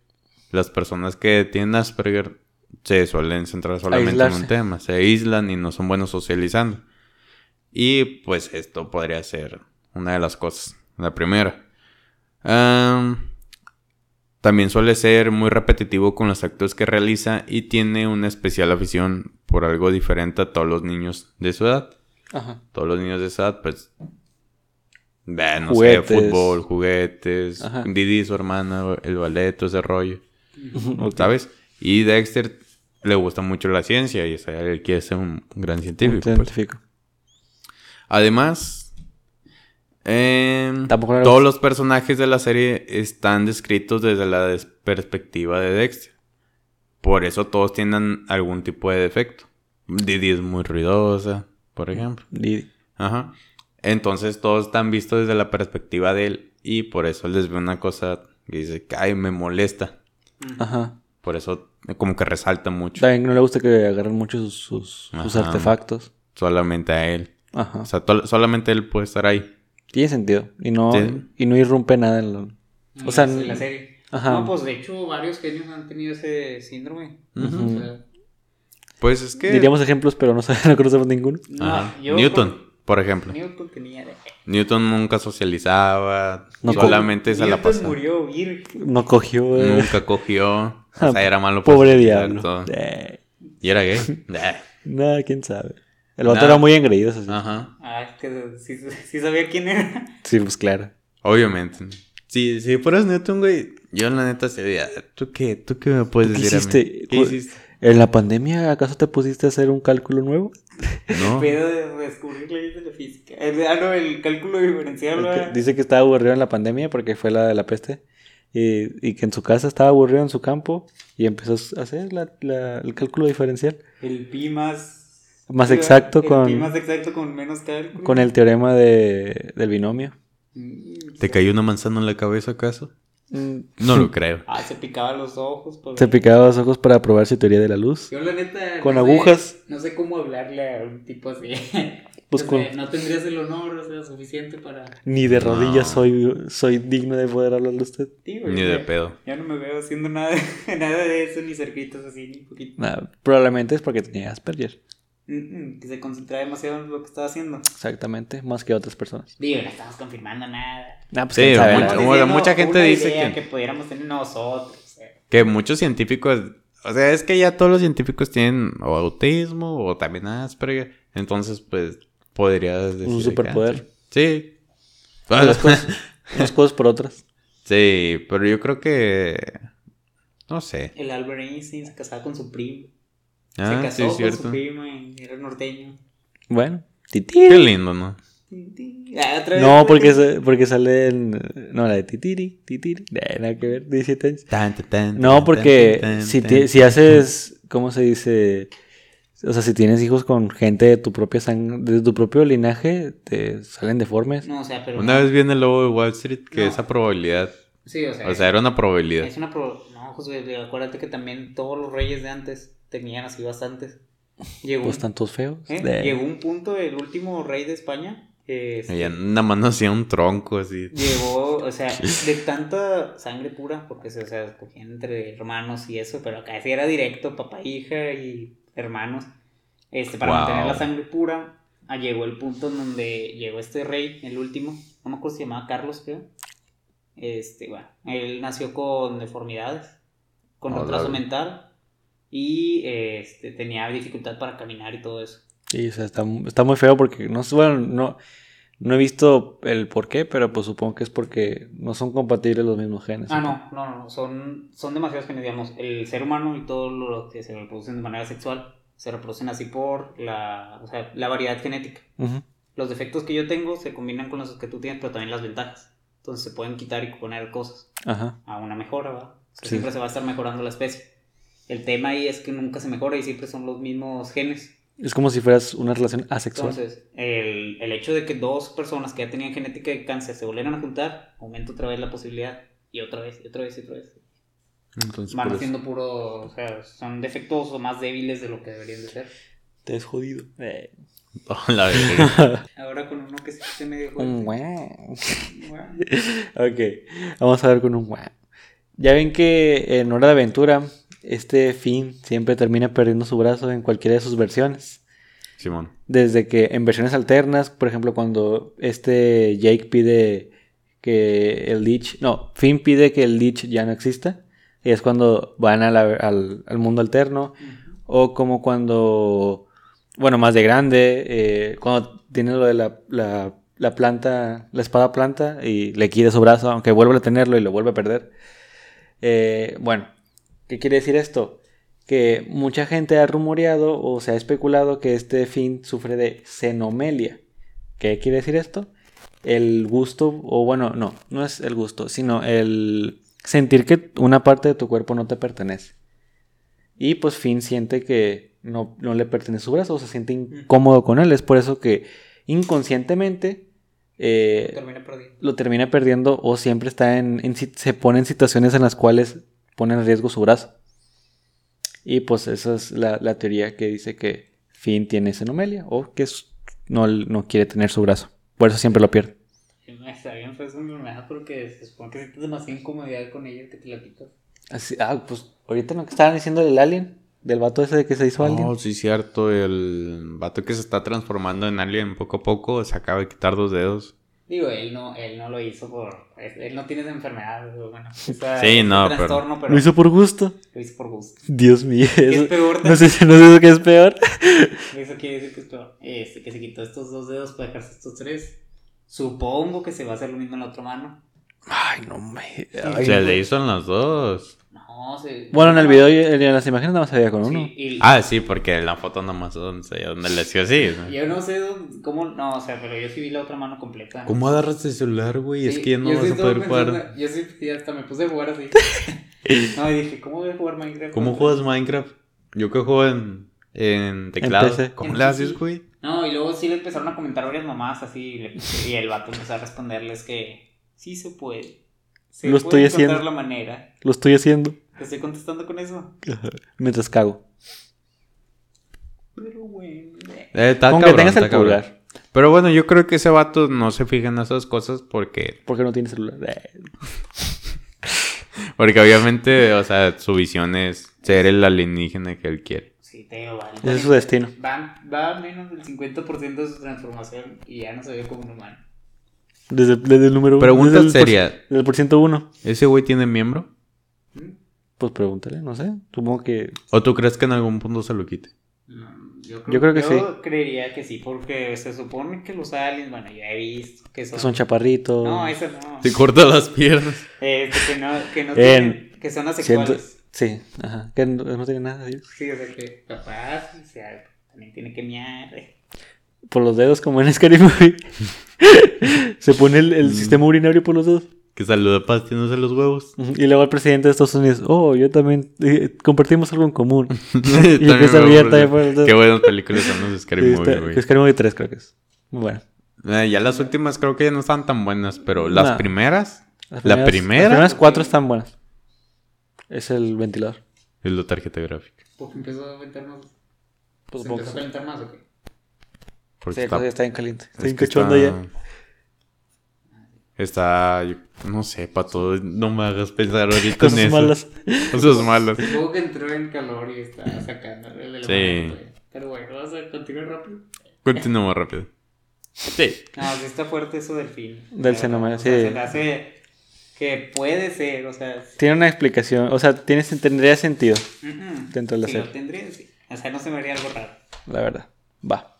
D: las personas que tienen Asperger se suelen centrar solamente en
C: Aislarse.
D: un tema, se aíslan y no son buenos socializando. Y pues esto podría ser una de las cosas. La primera. Am, también suele ser muy repetitivo con los actos que realiza y tiene una especial afición por algo diferente a todos los niños de su edad.
C: Ajá.
D: Todos los niños de esa edad, pues. ve, no
C: Juguetes.
D: sé, fútbol, juguetes,
C: Ajá.
D: Didi, su hermana, el ballet, todo ese rollo.
C: Ok.
D: ¿Sabes? Y Dexter le gusta mucho la ciencia y o sea, él quiere ser un gran científico. pues.
C: Científico.
D: Además, em,
C: Tampoco era-
D: todos los personajes de la serie están descritos desde la des- perspectiva de Dexter. Por eso todos tienen algún tipo de defecto. Didi es muy ruidosa, por ejemplo.
C: Didi.
D: Ajá. Entonces todos están vistos desde la perspectiva de él y por eso les ve una cosa que dice, que, ay, me molesta.
C: Ajá.
D: Por eso eh, como que resalta mucho
C: También no le gusta que agarren mucho sus, sus, sus
D: Ajá.
C: artefactos.
D: solamente a él.
C: Ajá.
D: O sea, tol- solamente él puede estar ahí.
C: Tiene sentido. Y no,
D: Sí.
C: y no irrumpe nada en lo. O sea,
B: En la serie.
C: Ajá.
B: No, pues de hecho varios genios han tenido ese síndrome.
C: Ujú.
B: O sea,
D: Pues es que...
C: Diríamos ejemplos, pero no, sé- no conocemos ninguno.
B: no,
D: Ajá.
B: Ah, yo
D: Newton.
B: creo-
D: por ejemplo.
B: Newton tenía.
D: Newton nunca socializaba,
C: No,
D: solamente se la
B: Newton
D: pasaba.
B: murió virgen.
C: No cogió. eh.
D: Nunca cogió, o sea, era malo para
C: Pobre
D: socializar,
C: diablo.
D: todo.
C: Eh,
D: Y era gay. Eh,
C: Nada, quién sabe. El vato
D: Nah.
C: era muy engreído, eso sí.
D: Ajá,
B: Ah, es que sí, sí sabía quién era.
C: Sí, pues claro.
D: obviamente. Si, si fueras Newton, güey, yo la neta sería, ¿tú qué? ¿Tú qué me puedes
C: ¿Tú qué
D: decir a mí?
C: hiciste?
D: ¿Qué
C: Cu-
D: hiciste?
C: ¿En la pandemia acaso te pusiste a hacer un cálculo nuevo?
D: No.
B: Pedo de descubrir leyes de la física. El, ah, no, el cálculo diferencial.
C: Porque
D: eh,
B: ¿verdad?
C: Dice que estaba aburrido en la pandemia porque fue la de la peste. Y, y que en su casa estaba aburrido en su campo y empezó a hacer la- la- el cálculo diferencial
B: El pi más.
C: Más exacto
B: el
C: con-
B: pi más exacto con menos cálculo.
C: con el teorema de- del binomio.
B: Mm,
D: ¿Te cayó una manzana en la cabeza acaso?
C: Mm,
D: No lo creo.
B: Ah, se picaba los ojos. por-
C: Se picaba los ojos para probar su teoría de la luz.
B: Yo, la neta.
C: Con
B: no sé-
C: agujas.
B: no sé cómo hablarle a un tipo así.
C: Pues
B: O
C: con-
B: sea, No tendrías el honor, o sea, suficiente para.
C: Ni de
D: No.
C: rodillas soy, soy digno de poder hablarle a usted.
B: Sí, güey,
D: Ni de
B: ya-
D: pedo.
B: Ya no me veo haciendo nada, nada de eso, ni cerquitos así, ni poquito.
C: Nah, probablemente es porque tenía Asperger.
B: Mm, mm, que se concentraba demasiado en lo que estaba haciendo.
C: Exactamente, más que otras personas.
B: Digo, no estamos confirmando nada.
C: Ah, pues
D: Sí,
C: quién sabe,
D: mucho-
C: la
B: Estamos
C: verdad.
D: como
B: diciendo
D: mucha gente
B: una
D: dice
B: idea
D: que-
B: pudiéramos tener nosotros. eh.
D: Que muchos científicos, o sea, es que ya todos los científicos tienen o autismo o también Asperger. Entonces, pues, podrías decir. acá,
C: superpoder.
D: Sí.
C: Unas cosas- unas cosas por otras.
D: Sí, pero yo creo que. No sé.
B: El Albert Einstein se casaba con su primo.
D: Ah,
B: se
D: sí,
B: casó
D: es
B: con
D: cierto.
B: su prima y era norteño.
C: Bueno,
D: Qué
C: titiri.
D: lindo, ¿no?
B: Tin, tin. Ah, otra vez,
C: No,
B: güey.
C: porque, se- porque sale en. No, la de titiri, titiri. Nah, nada que ver, 17 años.
D: Tan, tan, tan,
C: No,
D: tan,
C: porque
D: tan,
C: si,
D: tan,
C: ti-
D: tan.
C: si haces, ¿cómo se dice? O sea, si tienes hijos con gente de tu propia sangre, de tu propio linaje, te salen deformes.
B: No, o sea, pero.
D: Una vez vi en el lobo de Wall Street que
B: No.
D: esa probabilidad.
B: Sí, o sea.
D: O sea, era una probabilidad.
B: es una pro... No, José, acuérdate que también todos los reyes de antes tenían así bastantes. Llegó,
C: Pues
B: un,
C: están todos feos.
B: ¿eh?
C: De-
B: Llegó un punto, el último rey de España. eh,
D: Ella nada más no hacía un tronco así.
B: Llegó, o sea, de tanta sangre pura, porque se, o sea, cogían entre hermanos y eso, pero acá sí era directo, papá, hija y hermanos. Este, para
D: Wow.
B: mantener la sangre pura, ah, llegó el punto en donde llegó este rey, el último, no me acuerdo si se llamaba Carlos, creo. Este, bueno, él nació con deformidades, con
D: Hola,
B: retraso
D: güey.
B: mental y este, tenía dificultad para caminar y todo eso.
C: Sí, o sea, está, está muy feo porque no sé, bueno, no, no he visto el por qué, pero pues supongo que es porque no son compatibles los mismos genes.
B: Ah, no, no, no, son, son demasiados genes, digamos, el ser humano y todo lo que se reproducen de manera sexual se reproducen así por la, o sea, la variedad genética.
C: Ujú.
B: Los defectos que yo tengo se combinan con los que tú tienes, pero también las ventajas. Entonces se pueden quitar y poner cosas
C: Ajá.
B: a una mejora, ¿verdad? O sea,
C: Sí.
B: Siempre se va a estar mejorando la especie. El tema ahí es que nunca se mejora y siempre son los mismos genes.
C: Es como si fueras una relación asexual.
B: Entonces, el, el hecho de que dos personas que ya tenían genética de cáncer se volvieran a juntar, aumenta otra vez la posibilidad. Y otra vez, y otra vez, y otra vez.
D: Entonces,
B: Van
D: por eso.
B: siendo puro, o sea, son defectuosos, más débiles de lo que deberían de ser.
C: Te has jodido. Eh.
D: La verga.
B: Ahora con uno que sí se me dejó.
C: Un guau.
B: Guau.
C: Pues Ok, vamos a ver con un guau. Ya ven que en Hora de Aventura, este Finn siempre termina perdiendo su brazo en cualquiera de sus versiones.
D: Simón.
C: Desde que en versiones alternas, por ejemplo, cuando este Jake pide que el Lich, no, Finn pide que el Lich ya no exista, y es cuando van a la- al, al mundo alterno,
B: Ujú.
C: o como cuando, bueno, más de grande, eh, cuando tiene lo de la, la- la planta, la espada planta y le quita su brazo, aunque vuelve a tenerlo y lo vuelve a perder. Eh, bueno, ¿qué quiere decir esto? Que mucha gente ha rumoreado o se ha especulado que este fin sufre de xenomelia. ¿Qué quiere decir esto? El gusto, o bueno, no, no es el gusto, sino el sentir que una parte de tu cuerpo no te pertenece. Y pues Finn siente que no, no le pertenece su brazo, se siente incómodo con él. Es por eso que inconscientemente eh,
B: Termina perdiendo.
C: lo termina perdiendo o siempre está en, en si- se pone en situaciones en las cuales pone en riesgo su brazo. Y pues esa es la, la teoría que dice que Finn tiene xenomelia o que es- no, no quiere tener su brazo. Por eso siempre lo pierde.
B: Está bien, pues un enfermedad porque se supone que sientes demasiada incomodidad con ella que te la quitas.
C: Así- ah, pues ahorita no que estaban diciendo el alien. Del vato ese de que se hizo
D: No,
C: alguien.
D: sí, cierto. El vato que se está transformando en alien poco a poco se acaba de quitar dos dedos.
B: Digo, él no, él no lo hizo por. Él no tiene esa enfermedad, bueno. esa-
D: Sí, no,
B: ese
D: pero-
B: trastorno, pero,
C: Lo hizo por gusto.
B: lo hizo por gusto.
C: Dios mío.
B: ¿Qué es
C: eso-
B: peor?
C: No sé si no sé qué es peor.
B: Eso quiere decir que es peor. Este, que se quitó estos dos dedos para dejarse estos tres. Supongo que se va a hacer lo mismo en la otra mano.
C: Ay, no me.
B: Ay,
D: se
B: no.
D: le hizo en las dos.
B: No, se.
C: Bueno, en el video, en en las imágenes nada más había con
B: Sí,
C: uno.
B: y-
D: Ah, sí, porque en la foto nomás donde, se- donde le hacía así. ¿no?
B: Yo no sé dónde- cómo. No, o sea, pero yo sí vi la otra mano completa.
D: ¿Cómo agarras el celular, güey? es
B: Sí,
D: que ya no
B: yo sí
D: vas a
B: estaba
D: poder jugar.
B: pensando- Yo sí, sí, hasta me puse a jugar así. No, y dije, ¿cómo voy a jugar Minecraft?
D: ¿Cómo juegas Minecraft? Yo que juego en, en teclado.
C: PC.
D: ¿Cómo
B: En
D: le
B: PC.
D: haces, güey?
B: No, y luego sí le empezaron a comentar varias mamás así y, le- y el vato empezó a responderles que sí se puede. Se
C: Lo
B: puede
C: estoy
B: encontrar
C: haciendo.
B: la manera.
C: Lo estoy haciendo.
B: Te estoy contestando con eso.
C: Mientras cago.
B: Pero bueno.
D: Eh, está
C: Con
D: cabrón,
C: que tengas
D: está
C: el
D: cabrón.
C: pulgar.
D: Pero bueno, yo creo que ese vato no se fija en esas cosas porque...
C: Porque no tienes celular. Eh,
D: Porque obviamente, o sea, su visión es ser el alienígena que él quiere.
B: Sí, te digo, vale.
C: Ese es su destino.
B: Va, va menos del 50% de su transformación y ya no se ve como un humano.
C: Desde, desde el número uno.
D: Pregunta
C: desde el por-
D: seria.
C: Desde el por ciento uno.
D: ¿Ese güey tiene miembro?
B: ¿Mm?
C: Pues pregúntale, no sé. Supongo que.
D: ¿O tú crees que en algún punto se lo quite?
B: No,
C: Yo creo que
B: Yo creería que sí, porque se supone que los aliens, bueno, yo he visto que son.
C: que son chaparritos.
B: No, eso no.
D: Te corta las piernas.
B: Este, que no, que no
C: En-
B: tienen, que son
C: Siento-
B: asexuales.
C: Sí, ajá. Que no, no tiene nada. ¿sí?
B: Sí, o sea que capaz, o sea, también tiene que miar. eh.
C: Por los dedos, como en Scary Movie. Se pone el,
D: Mm.
C: el sistema urinario por los dedos.
D: Que saluda pastiéndose los huevos.
C: Ujú, Y luego el presidente de Estados Unidos. Oh, yo también. eh, compartimos algo en común.
D: También me
C: empieza a
D: acuerdo.
C: brillar también por los dedos.
D: Qué buenas películas son los de Scary
C: Sí,
D: Movie,
C: está-
D: güey.
C: que Scary Movie 3, creo que es. Muy bueno.
D: Eh, ya las últimas creo que ya no están tan buenas, pero las
C: No.
D: primeras,
C: Las
D: ¿La
C: primeras-
D: primera?
C: Las primeras cuatro están buenas. Es el ventilador.
D: es la tarjeta gráfica.
B: Porque empezó a calentar más.
C: Pues
B: se
C: supongo
B: empezó a
C: que sí.
B: calentar más, ¿o qué?
D: Porque
C: Sí,
D: está-
C: pues, está bien caliente. Está
D: es
C: bien
D: que
C: cachondo
D: está-
C: ya.
D: Está, yo- no sé, pato, no me hagas pensar ahorita en
C: Cosas
D: eso.
C: malas.
D: Cosas malas.
B: Supongo que entró en calor y está sacando el elemento.
D: Sí.
B: güey. Pero bueno, vamos a continuar rápido.
D: Continuamos rápido. Sí.
B: No, sí está fuerte eso del fin.
C: Del
B: La
C: fenómeno,
B: verdad, o sea,
C: sí.
B: Se me hace que puede ser, o sea. es-
C: Tiene una explicación. O sea, tiene, tendría sentido,
B: mm-mm.
C: Dentro de la
B: Si
C: serie.
B: lo tendría, sí. O sea, no se me haría algo raro.
C: la verdad. Va.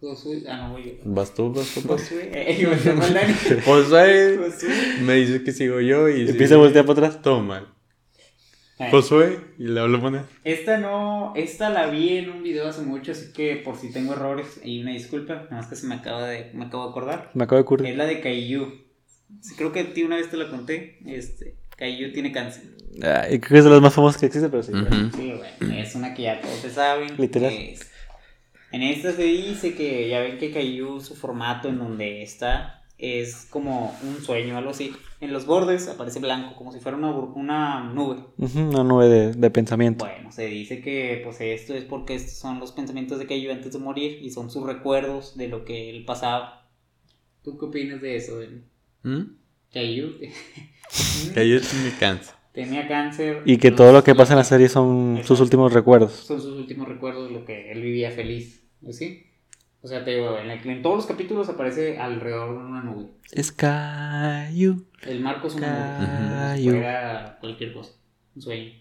B: Josué- Ah, no, voy yo.
D: Vas tú, vas tú,
B: Josué, eh, iba a ser mal Dani.
D: Josué
B: Josué.
D: me dice que sigo yo y...
C: Empieza a voltear para atrás.
D: Todo mal.
B: Eh.
D: Josué y le hablo moneda.
B: Esta no, esta la vi en un video hace mucho, así que por si tengo errores y una disculpa, nada más que se me acaba de, me acabo de acordar.
C: Me acabo de ocurrir.
B: Es la de Caillou. Sí, Creo que a ti una vez te la conté. Este, Caillou tiene cáncer.
C: Ah, y creo que es de las más famosas que existe, pero sí.
B: Sí, bueno, es una que ya todos se saben.
C: Literal.
B: Es- En esta se dice que ya ven que Caillou, su formato en donde está, es como un sueño, algo así. En los bordes aparece blanco, como si fuera una, bur- una nube.
C: Ujú, una nube de, de pensamiento.
B: Bueno, se dice que pues esto es porque estos son los pensamientos de Keiju antes de morir y son sus recuerdos de lo que él pasaba. ¿Tú qué opinas de eso? de
D: ¿Mm?
B: Keiju
D: Que yo me canso.
B: tenía cáncer.
C: Y que
B: los-
C: todo lo que pasa en la serie son sus
B: Exacto.
C: últimos recuerdos.
B: Son sus últimos recuerdos de lo que él vivía feliz. ¿Sí? O sea, te digo, en, el- en todos los capítulos aparece alrededor de una nube.
C: Scayu.
B: El marco es una nube. como si
C: Caillou.
B: fuera cualquier cosa. Un sueño.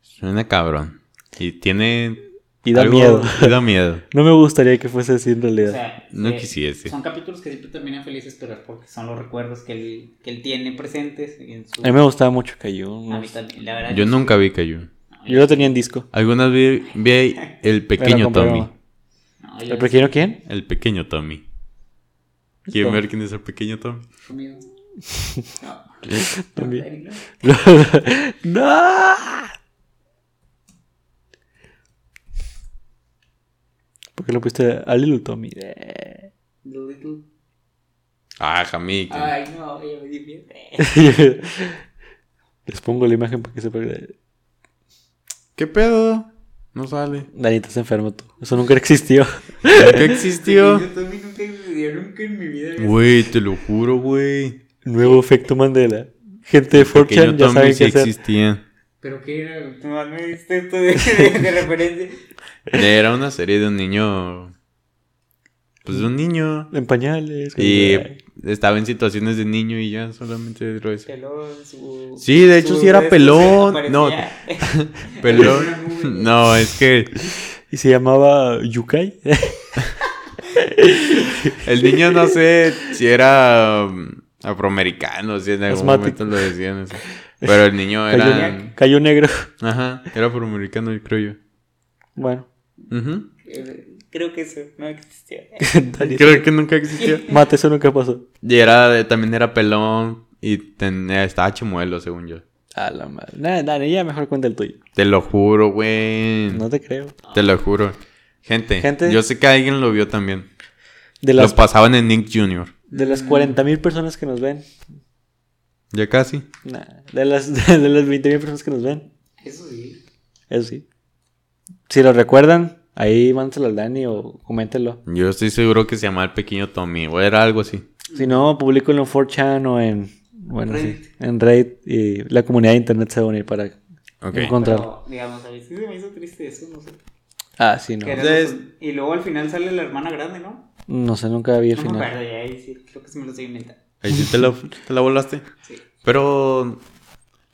D: Suena cabrón. Y tiene...
C: Y da
D: algo-
C: miedo.
D: Y da miedo.
C: No me gustaría que fuese así en realidad.
B: O sea,
D: No
B: eh,
D: quisiese.
B: Son capítulos que siempre terminan felices, pero es porque son los recuerdos que él, que él tiene presentes en su
C: a mí me gustaba mucho Cayu.
B: A mí también, la verdad.
D: Yo nunca vi Cayu.
B: no,
C: Yo lo tenía en disco.
D: Algunas vi, vi el
C: Me lo
D: pequeño
C: compré
D: Tommy.
C: mamá.
B: no, yo
C: ¿El pequeño quién?
D: El pequeño Tommy. ¿Quieren ver quién es el pequeño Tommy?
B: conmigo. No.
C: También.
B: No, no.
C: ¡No! ¿Por qué lo pusiste a Little Tommy?
B: The little-
D: Ah, Jamí. que-
B: Ay, no, ya me di miedo.
C: Les pongo la imagen para que sepan. que-
D: ¿Qué pedo? No sale.
C: Dani, estás enfermo tú. Eso nunca existió.
D: ¿Qué existió?
B: Yo también nunca, yo nunca en mi vida. había-
D: Güey, te lo juro, güey.
C: Nuevo efecto Mandela. Gente de
D: El pequeño
C: 4chan ya
D: Tommy
C: saben
D: sí
C: qué hacer.
D: existía.
B: Pero qué era, nomás me diste esto de, de- de referencia.
D: Era una serie de un niño. Pues de un niño.
C: En pañales.
D: Y
C: güey.
D: estaba en situaciones de niño y ya solamente era eso.
B: Pelón, su.
D: Sí, de hecho, sí era pelón. No.
B: parecía-
D: Pelón.
B: Era una nube.
D: No, es que
C: Y se llamaba Yukai.
D: el niño no sé si era um, afroamericano, si en algún
C: Asmático.
D: momento lo decían así. Pero el niño
C: Cayó,
D: era.
C: cayó negro.
D: Ajá, era afroamericano, yo creo yo.
C: Bueno.
D: Ujú.
B: Eh, Creo que eso no existía.
C: Dale.
D: Creo que nunca existió.
C: Mate, eso nunca pasó.
D: Y era, de- también era pelón y tenía, estaba chimuelo, según yo.
C: A la madre. Nada, dale, ya mejor cuenta el tuyo.
D: Te lo juro, güey.
C: No te creo.
D: Te lo juro. Gente,
C: Gente.
D: yo sé que alguien lo vio también.
C: De las,
D: Lo pasaban en Nick Jr.
C: de las 40 mil personas que nos ven.
D: Ya casi.
C: Nah, de las, de las 20 mil personas que nos ven.
B: Eso sí.
C: Eso sí. Si lo recuerdan, ahí mándenselo al Dani o coméntenlo.
D: Yo estoy seguro que se llamaba el pequeño Tommy, o era algo así.
C: Si no, publiquenlo en 4chan o en, bueno, sí,
B: Reddit.
C: en Reddit y la comunidad de internet se va a unir para
D: Ok.
C: encontrarlo.
B: Pero, digamos, a veces se me hizo triste eso, no sé.
C: Ah, sí, no.
B: Que era
D: Entonces-
B: los- Y luego al final sale la hermana grande, ¿no?
C: No sé, nunca vi el
B: No me
C: final.
B: acuerdo, ya ahí sí, creo que se me lo estoy inventando.
D: Ahí sí te la, te la volaste.
B: Sí.
D: Pero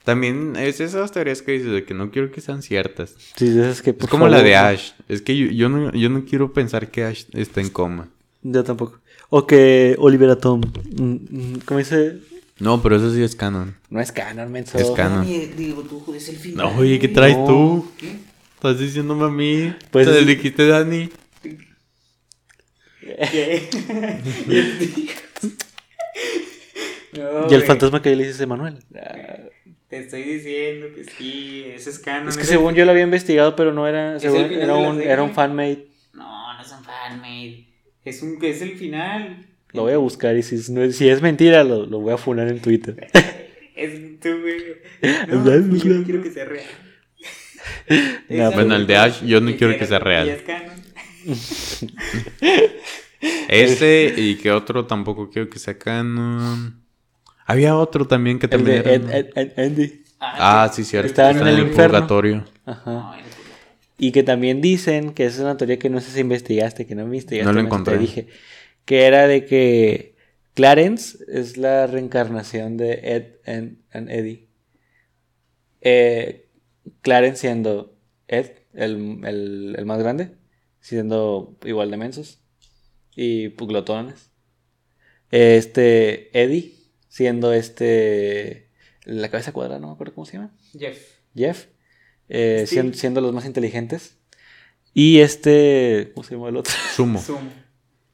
D: también es esas teorías que dices de que no quiero que sean ciertas.
C: Sí, de esas que,
D: Es
C: por
D: como la
C: favor,
D: de
C: no.
D: Ash. Es que yo, yo no, yo no quiero pensar que Ash está en coma.
C: Yo tampoco. O que Olivera Tom. mm, mm, ¿Cómo dice?
D: No, pero eso sí es canon.
C: No es canon, menso.
D: Es canon. Ah.
B: Oye, eh, digo, tú jodes el final.
D: No, oye, ¿qué traes
C: No.
D: tú?
B: ¿Qué?
D: Estás diciéndome a mí.
C: Pues
D: Te
C: es-
D: dijiste Dani.
B: ¿Qué? No,
C: Y el
B: güey,
C: fantasma que le dices a Manuel.
B: Te estoy diciendo que sí, ese es canon.
C: Es que
B: ese-
C: según yo lo había investigado, pero no era.
B: Es
C: según-
B: el final
C: era,
B: de la
C: un,
B: serie.
C: era un fanmate.
B: No, no es un fanmade. Es un que es el final.
C: Lo voy a buscar y si es, no es- si es mentira, lo, lo voy a funar en Twitter.
B: Es tú, güey.
C: Ya
B: No,
C: es verdad.
B: yo no quiero que sea real.
C: No,
B: Esa-
D: bueno, el de Ash, yo no quiero que sea real.
B: Y es canon.
D: Ese Este y que otro tampoco quiero que sea canon. Había otro también que
C: El de
D: también era.
C: Ed- Ed- Ed- Andy.
D: Ah, sí, cierto.
C: Estaban
D: está
C: en el infierno.
D: purgatorio.
C: Ajá.
B: No, el-
C: Y que también dicen, que esa es una teoría que no sé si investigaste, que no me investigaste.
D: No lo
C: no sé si
D: encontré.
C: Te dije. Que era de que Clarence es la reencarnación de Ed and, and Eddie. Eh, Clarence siendo Ed, el, el- el más grande, siendo igual de mensos y pues, glotones. Este Eddie siendo este la cabeza cuadrada, no me acuerdo cómo se llama.
B: Jeff.
C: Jeff, eh,
B: Sí.
C: sien- siendo los más inteligentes. Y este, ¿cómo se llama el otro?
D: Sumo.
B: Zoom.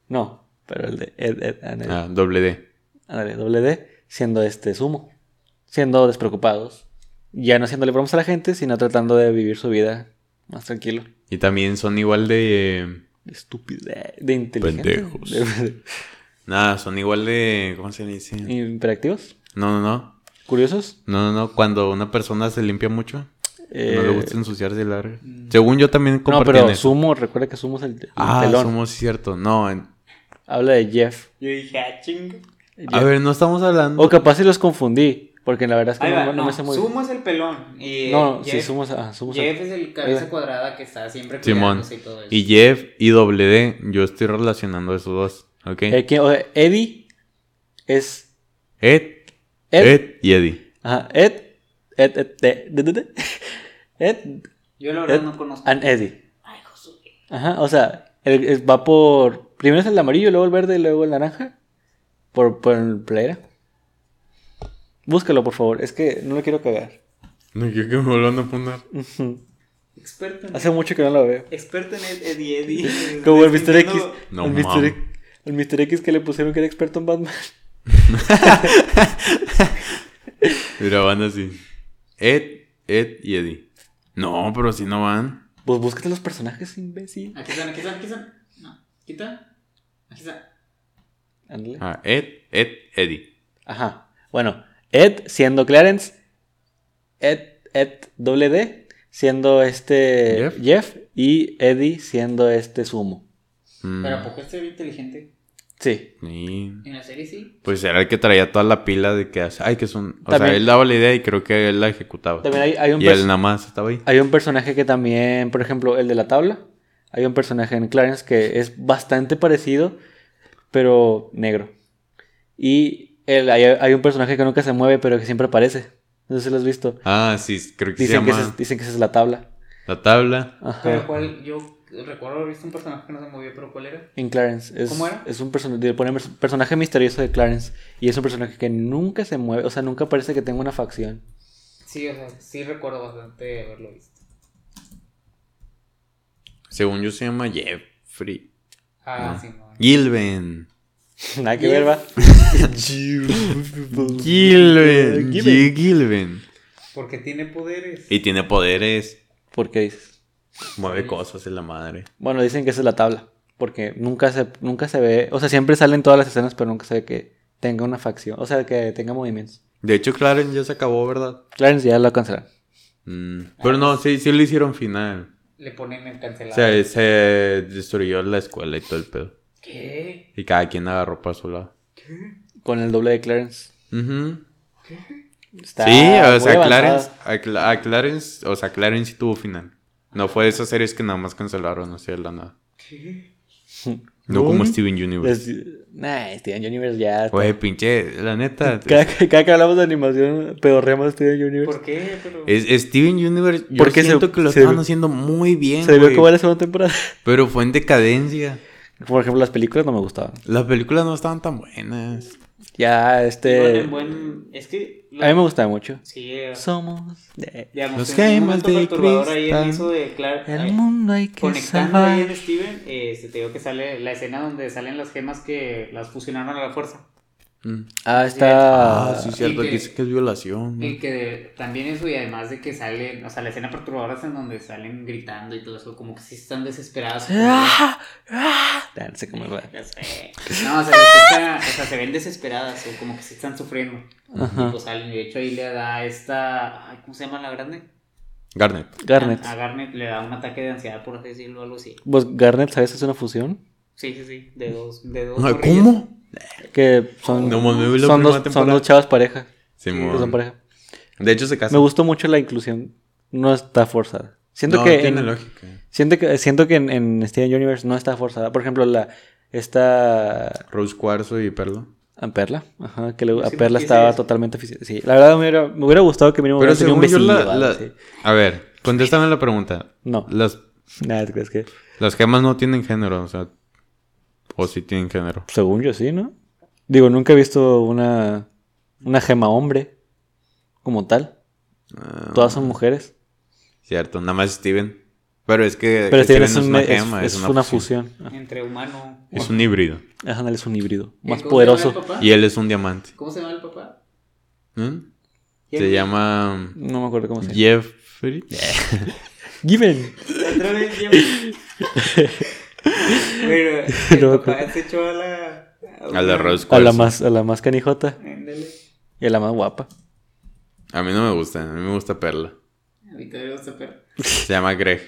C: No, pero el de Ed, Ed, and Ed.
D: Ah, doble D.
C: Ándale, doble D, siendo este sumo, siendo despreocupados, ya no haciéndole bromas a la gente, sino tratando de vivir su vida más tranquilo.
D: Y también son igual de. eh,
C: Estúpido, de inteligente.
D: Pendejos.
C: De-
D: Nada, son igual de. ¿Cómo se le dice?
C: de- Hiperactivos,
D: No, no, no.
C: curiosos.
D: No, no, no. Cuando una persona se limpia mucho, no le
C: eh, mm.
D: gusta ensuciarse el largo. Según yo también
C: no,
D: compartían
C: pero
D: eso.
C: sumo, recuerda que sumo es el, el
D: Ah,
C: pelón.
D: sumo, sí, cierto. No, en-
C: Habla de Jeff.
B: Yo dije, ah, chingo.
D: a
C: Jeff.
D: ver, no estamos hablando.
C: O capaz si los confundí, porque la verdad es que
B: Ahí
C: no,
B: va,
C: no
B: no,
C: me sé muy bien.
B: Sumo es el pelón. Y,
C: No,
B: eh,
C: sí,
B: Jeff,
C: somos. Ah, somos
B: Jeff es el cabeza
C: Ahí va.
B: cuadrada que está siempre
D: Simón.
B: cuidándose y todo eso.
D: Y Jeff y doble D, yo estoy relacionando esos dos. ¿Ok?
C: Eh, ¿quién? O sea, Eddie es.
D: Ed,
C: Ed.
D: Ed y Eddie.
C: Ajá, Ed. Ed, Ed, de- de- de- de- Ed
B: Yo la verdad
C: Ed
B: no conozco.
C: and Eddie.
B: Ay, Josué.
C: Ajá, o sea, el- el- va por. Primero es el amarillo, luego el verde y luego el naranja. Por, por el playera. Búscalo, por favor. Es que no lo quiero cagar.
D: No quiero que me vuelvan a poner.
C: Ujú.
B: Experto en,
C: Hace mucho que no lo veo.
B: experto en Ed, Eddie, Eddie.
C: Como el Mr. X.
B: Desmintiendo-
D: No
C: el, Mr.
D: mames.
C: X el Mr. X que le pusieron que era experto en Batman.
D: Mira, van así. Ed, Ed y Eddie. No, pero si no van.
C: Pues búscate los personajes, imbécil.
B: Aquí están, aquí están, aquí están. No, quita. Aquí están.
C: Ándale.
D: Ah, Ed, Ed, Eddie.
C: Ajá. Bueno, Ed siendo Clarence, Ed, Ed doble D siendo este
D: Jeff.
C: Jeff, y Eddie siendo este Sumo.
D: Mm,
B: Pero ¿a poco este era inteligente?
C: Sí.
D: Y
B: En la serie sí.
D: pues era el que traía toda la pila de que, hace- ay, que son... O
C: También-
D: sea, él daba la idea y creo que él la ejecutaba.
C: También hay, hay un
D: y
C: pers-
D: él nada más estaba ahí.
C: Hay un personaje que también, por ejemplo, el de la tabla. Hay un personaje en Clarence que es bastante parecido, pero negro. Y el- hay, hay un personaje que nunca se mueve, pero que siempre aparece. No sé si lo has visto.
D: Ah, sí, creo que
C: Dicen,
D: se
C: que,
D: llama
C: esa es, dicen que esa es la tabla.
D: La Tabla.
C: Ajá.
B: Pero cuál, yo recuerdo haber visto un personaje que no se movió, pero ¿cuál era?
C: En Clarence. Es,
B: ¿Cómo era?
C: Es un persona- le ponen pers- personaje misterioso de Clarence. Y es un personaje que nunca se mueve. O sea, nunca parece que tenga una facción.
B: Sí, o sea, sí recuerdo bastante haberlo visto.
D: Según yo se llama Jeffrey.
B: Ah,
D: Ah.
B: sí, no.
D: Gilben.
C: Nada que ver, va.
D: Gilben. G. Gilben.
B: Porque tiene poderes.
D: Y tiene poderes.
C: ¿Por qué dices?
D: Mueve cosas en la madre.
C: Bueno, dicen que esa es la tabla. Porque nunca se, nunca se ve. O sea, siempre salen todas las escenas, pero nunca se ve que tenga una facción. O sea, que tenga movimientos.
D: De hecho, Clarence ya se acabó, ¿verdad?
C: Clarence ya lo cancelaron.
D: Mm, Pero no, sí, sí lo hicieron final.
B: Le ponen el
D: O
B: cancelado.
D: sea, se destruyó la escuela y todo el pedo.
B: ¿Qué?
D: Y cada quien agarró para su lado.
C: Con el doble de Clarence.
D: Ujú.
C: Está
D: sí, o
C: muy
D: sea,
C: avanzada.
D: Clarence, a, Cla- a Clarence, o sea, Clarence sí tuvo final. No fue de esas series que nada más cancelaron así de la nada.
B: ¿Qué?
D: No como
C: Mm.
D: Steven Universe.
C: Es- Nah, Steven Universe ya. está-
D: Güey, pues. pinche, la neta.
C: Cada, que- cada que hablamos de animación, pedorreamos Steven Universe.
B: ¿Por qué? Pero...
C: este
D: Es, es Steven Universe, yo
C: Porque se-
D: siento que lo
C: se-
D: estaban haciendo muy bien,
C: Se vio
D: güey,
C: como la segunda temporada.
D: Pero fue en decadencia.
C: Por ejemplo, las películas no me gustaban.
D: Las películas no estaban tan buenas.
C: Ya,
B: Iban
C: este.
B: en buen- Es que...
C: A mí me gustaba mucho.
B: Sí, eh,
C: Somos. de-
B: digamos, en
D: Los
B: un
D: gemas
B: momento
D: de
B: perturbador ahí en
D: cristal.
B: eso de Clark...
C: El
B: ahí-
C: mundo hay que
B: Conectando ahí
C: salvar.
B: en Steven, eh, se te digo que sale la escena donde salen las gemas que las fusionaron a la fuerza.
D: Mm.
C: Ah, está.
D: Ah, sí, cierto,
B: que-
D: que dice que es violación. ¿no?
B: Y que también eso, y además de que salen, o sea, la escena perturbadora es en donde salen gritando y todo eso, como que sí están desesperados.
C: Ah, ah. Ah, no sé cómo va.
B: Ya sé. No, o sea, les toca- o sea, se ven desesperadas o como que sí están sufriendo.
C: Ajá.
B: Y pues salen, y de hecho ahí le da esta, ay, ¿cómo se llama la grande?
D: Garnet.
C: Garnet.
B: A Garnet le da un ataque de ansiedad, por así decirlo, algo así.
C: Pues Garnet, ¿sabes? Es una fusión.
B: Sí, sí, sí, de dos, de dos.
D: Ay,
B: morrillas.
D: ¿Cómo?
C: Que son,
D: No mames, vi la
C: son,
D: primera
C: dos, son
D: temporada.
C: dos chavas pareja.
D: Simón.
C: que son pareja.
D: De hecho, se
C: Me
D: casan.
C: gustó mucho la inclusión. No está forzada. Siento
D: No,
C: que.
D: tiene
C: en-
D: lógica.
C: siento que, siento que en, en Steven Universe no está forzada. Por ejemplo, la. Esta.
D: Rose Cuarzo y Perla.
C: A Perla. Ajá, que le- a
B: siento
C: Perla
B: que
C: estaba
B: es-
C: totalmente eficiente. Sí, la verdad me hubiera, me hubiera gustado que mínimo
D: Pero
C: hubiera tenido un
D: según yo,
C: besillo.
D: la,
C: ¿vale?
D: la-
C: Sí.
D: A ver, contéstame la pregunta.
C: No,
D: Las,
C: nada, ¿tú crees que.
D: las gemas no tienen género, o sea. O sí tienen género.
C: Según yo sí, ¿no? Digo, nunca he visto una, una gema hombre como tal.
D: Ah,
C: Todas son mujeres.
D: Cierto, nada más Steven. Pero es que
C: Pero Steven
D: Steven
C: es,
D: no
C: un- es- es una, fusión.
B: Entre humano.
D: Es un híbrido.
C: Ah, ándale, es un híbrido. Más
B: ¿Cómo se llama el
C: poderoso.
B: papá?
D: Y él es un diamante.
B: ¿Cómo se llama el papá?
D: ¿Mm? Se
B: Jeremy.
D: llama
C: No Eh, me acuerdo cómo se llama.
D: Jeffrey.
C: Given.
B: Otra vez Jeremy. Pero el
C: No me
B: papá se echó a la...
D: A la Rose
C: A la,
D: Quartz.
C: más, a la más canijota
B: Ándale.
C: y a la más guapa.
D: A mí no me gusta, a mí me gusta Perla.
B: Ahorita veo esta perra.
D: Se llama Greg.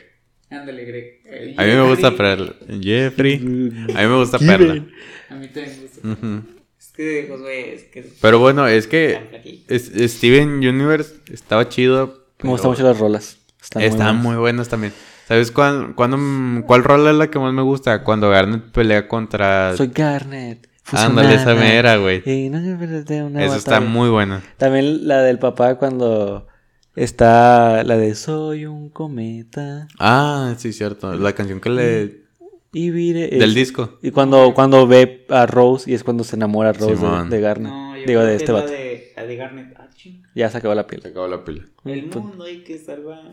B: Ándale, Greg. Eh,
D: A mí me gusta
B: Jeremy.
D: Perla. Jeffrey. A mí me gusta Perla.
C: Given.
B: A mí también me gusta.
D: Ujú.
B: Es que, Josué, es que... es
D: Pero bueno, es
B: tan
D: que
B: flaquito.
D: es- Steven Universe estaba chido.
C: Me gustan mucho las rolas. Están,
D: Están
C: muy
D: muy buenas también. ¿Sabes cuán- cuándo, mm, cuál rola es la que más me gusta? Cuando Garnet pelea contra...
C: buenas. Soy Garnet.
D: Ándale, esa
C: fusionada,
D: mera, güey.
C: Y no se pierde una
D: Esa está
C: batalla.
D: muy buena.
C: También la del papá cuando está la de soy un cometa
D: Ah, sí, cierto. La canción que le...
C: Mm, y vire
D: Del disco.
C: y cuando cuando ve a Rose y es cuando se enamora Rose de,
D: Simón.
C: de Garnet.
B: No,
C: Digo
B: yo creo
C: de
B: que
C: este
B: la
C: vato.
B: de, la de Garnet. Ah, ching.
C: Ya se acabó la piel.
D: acabó la pila.
B: El mundo hay que salvar.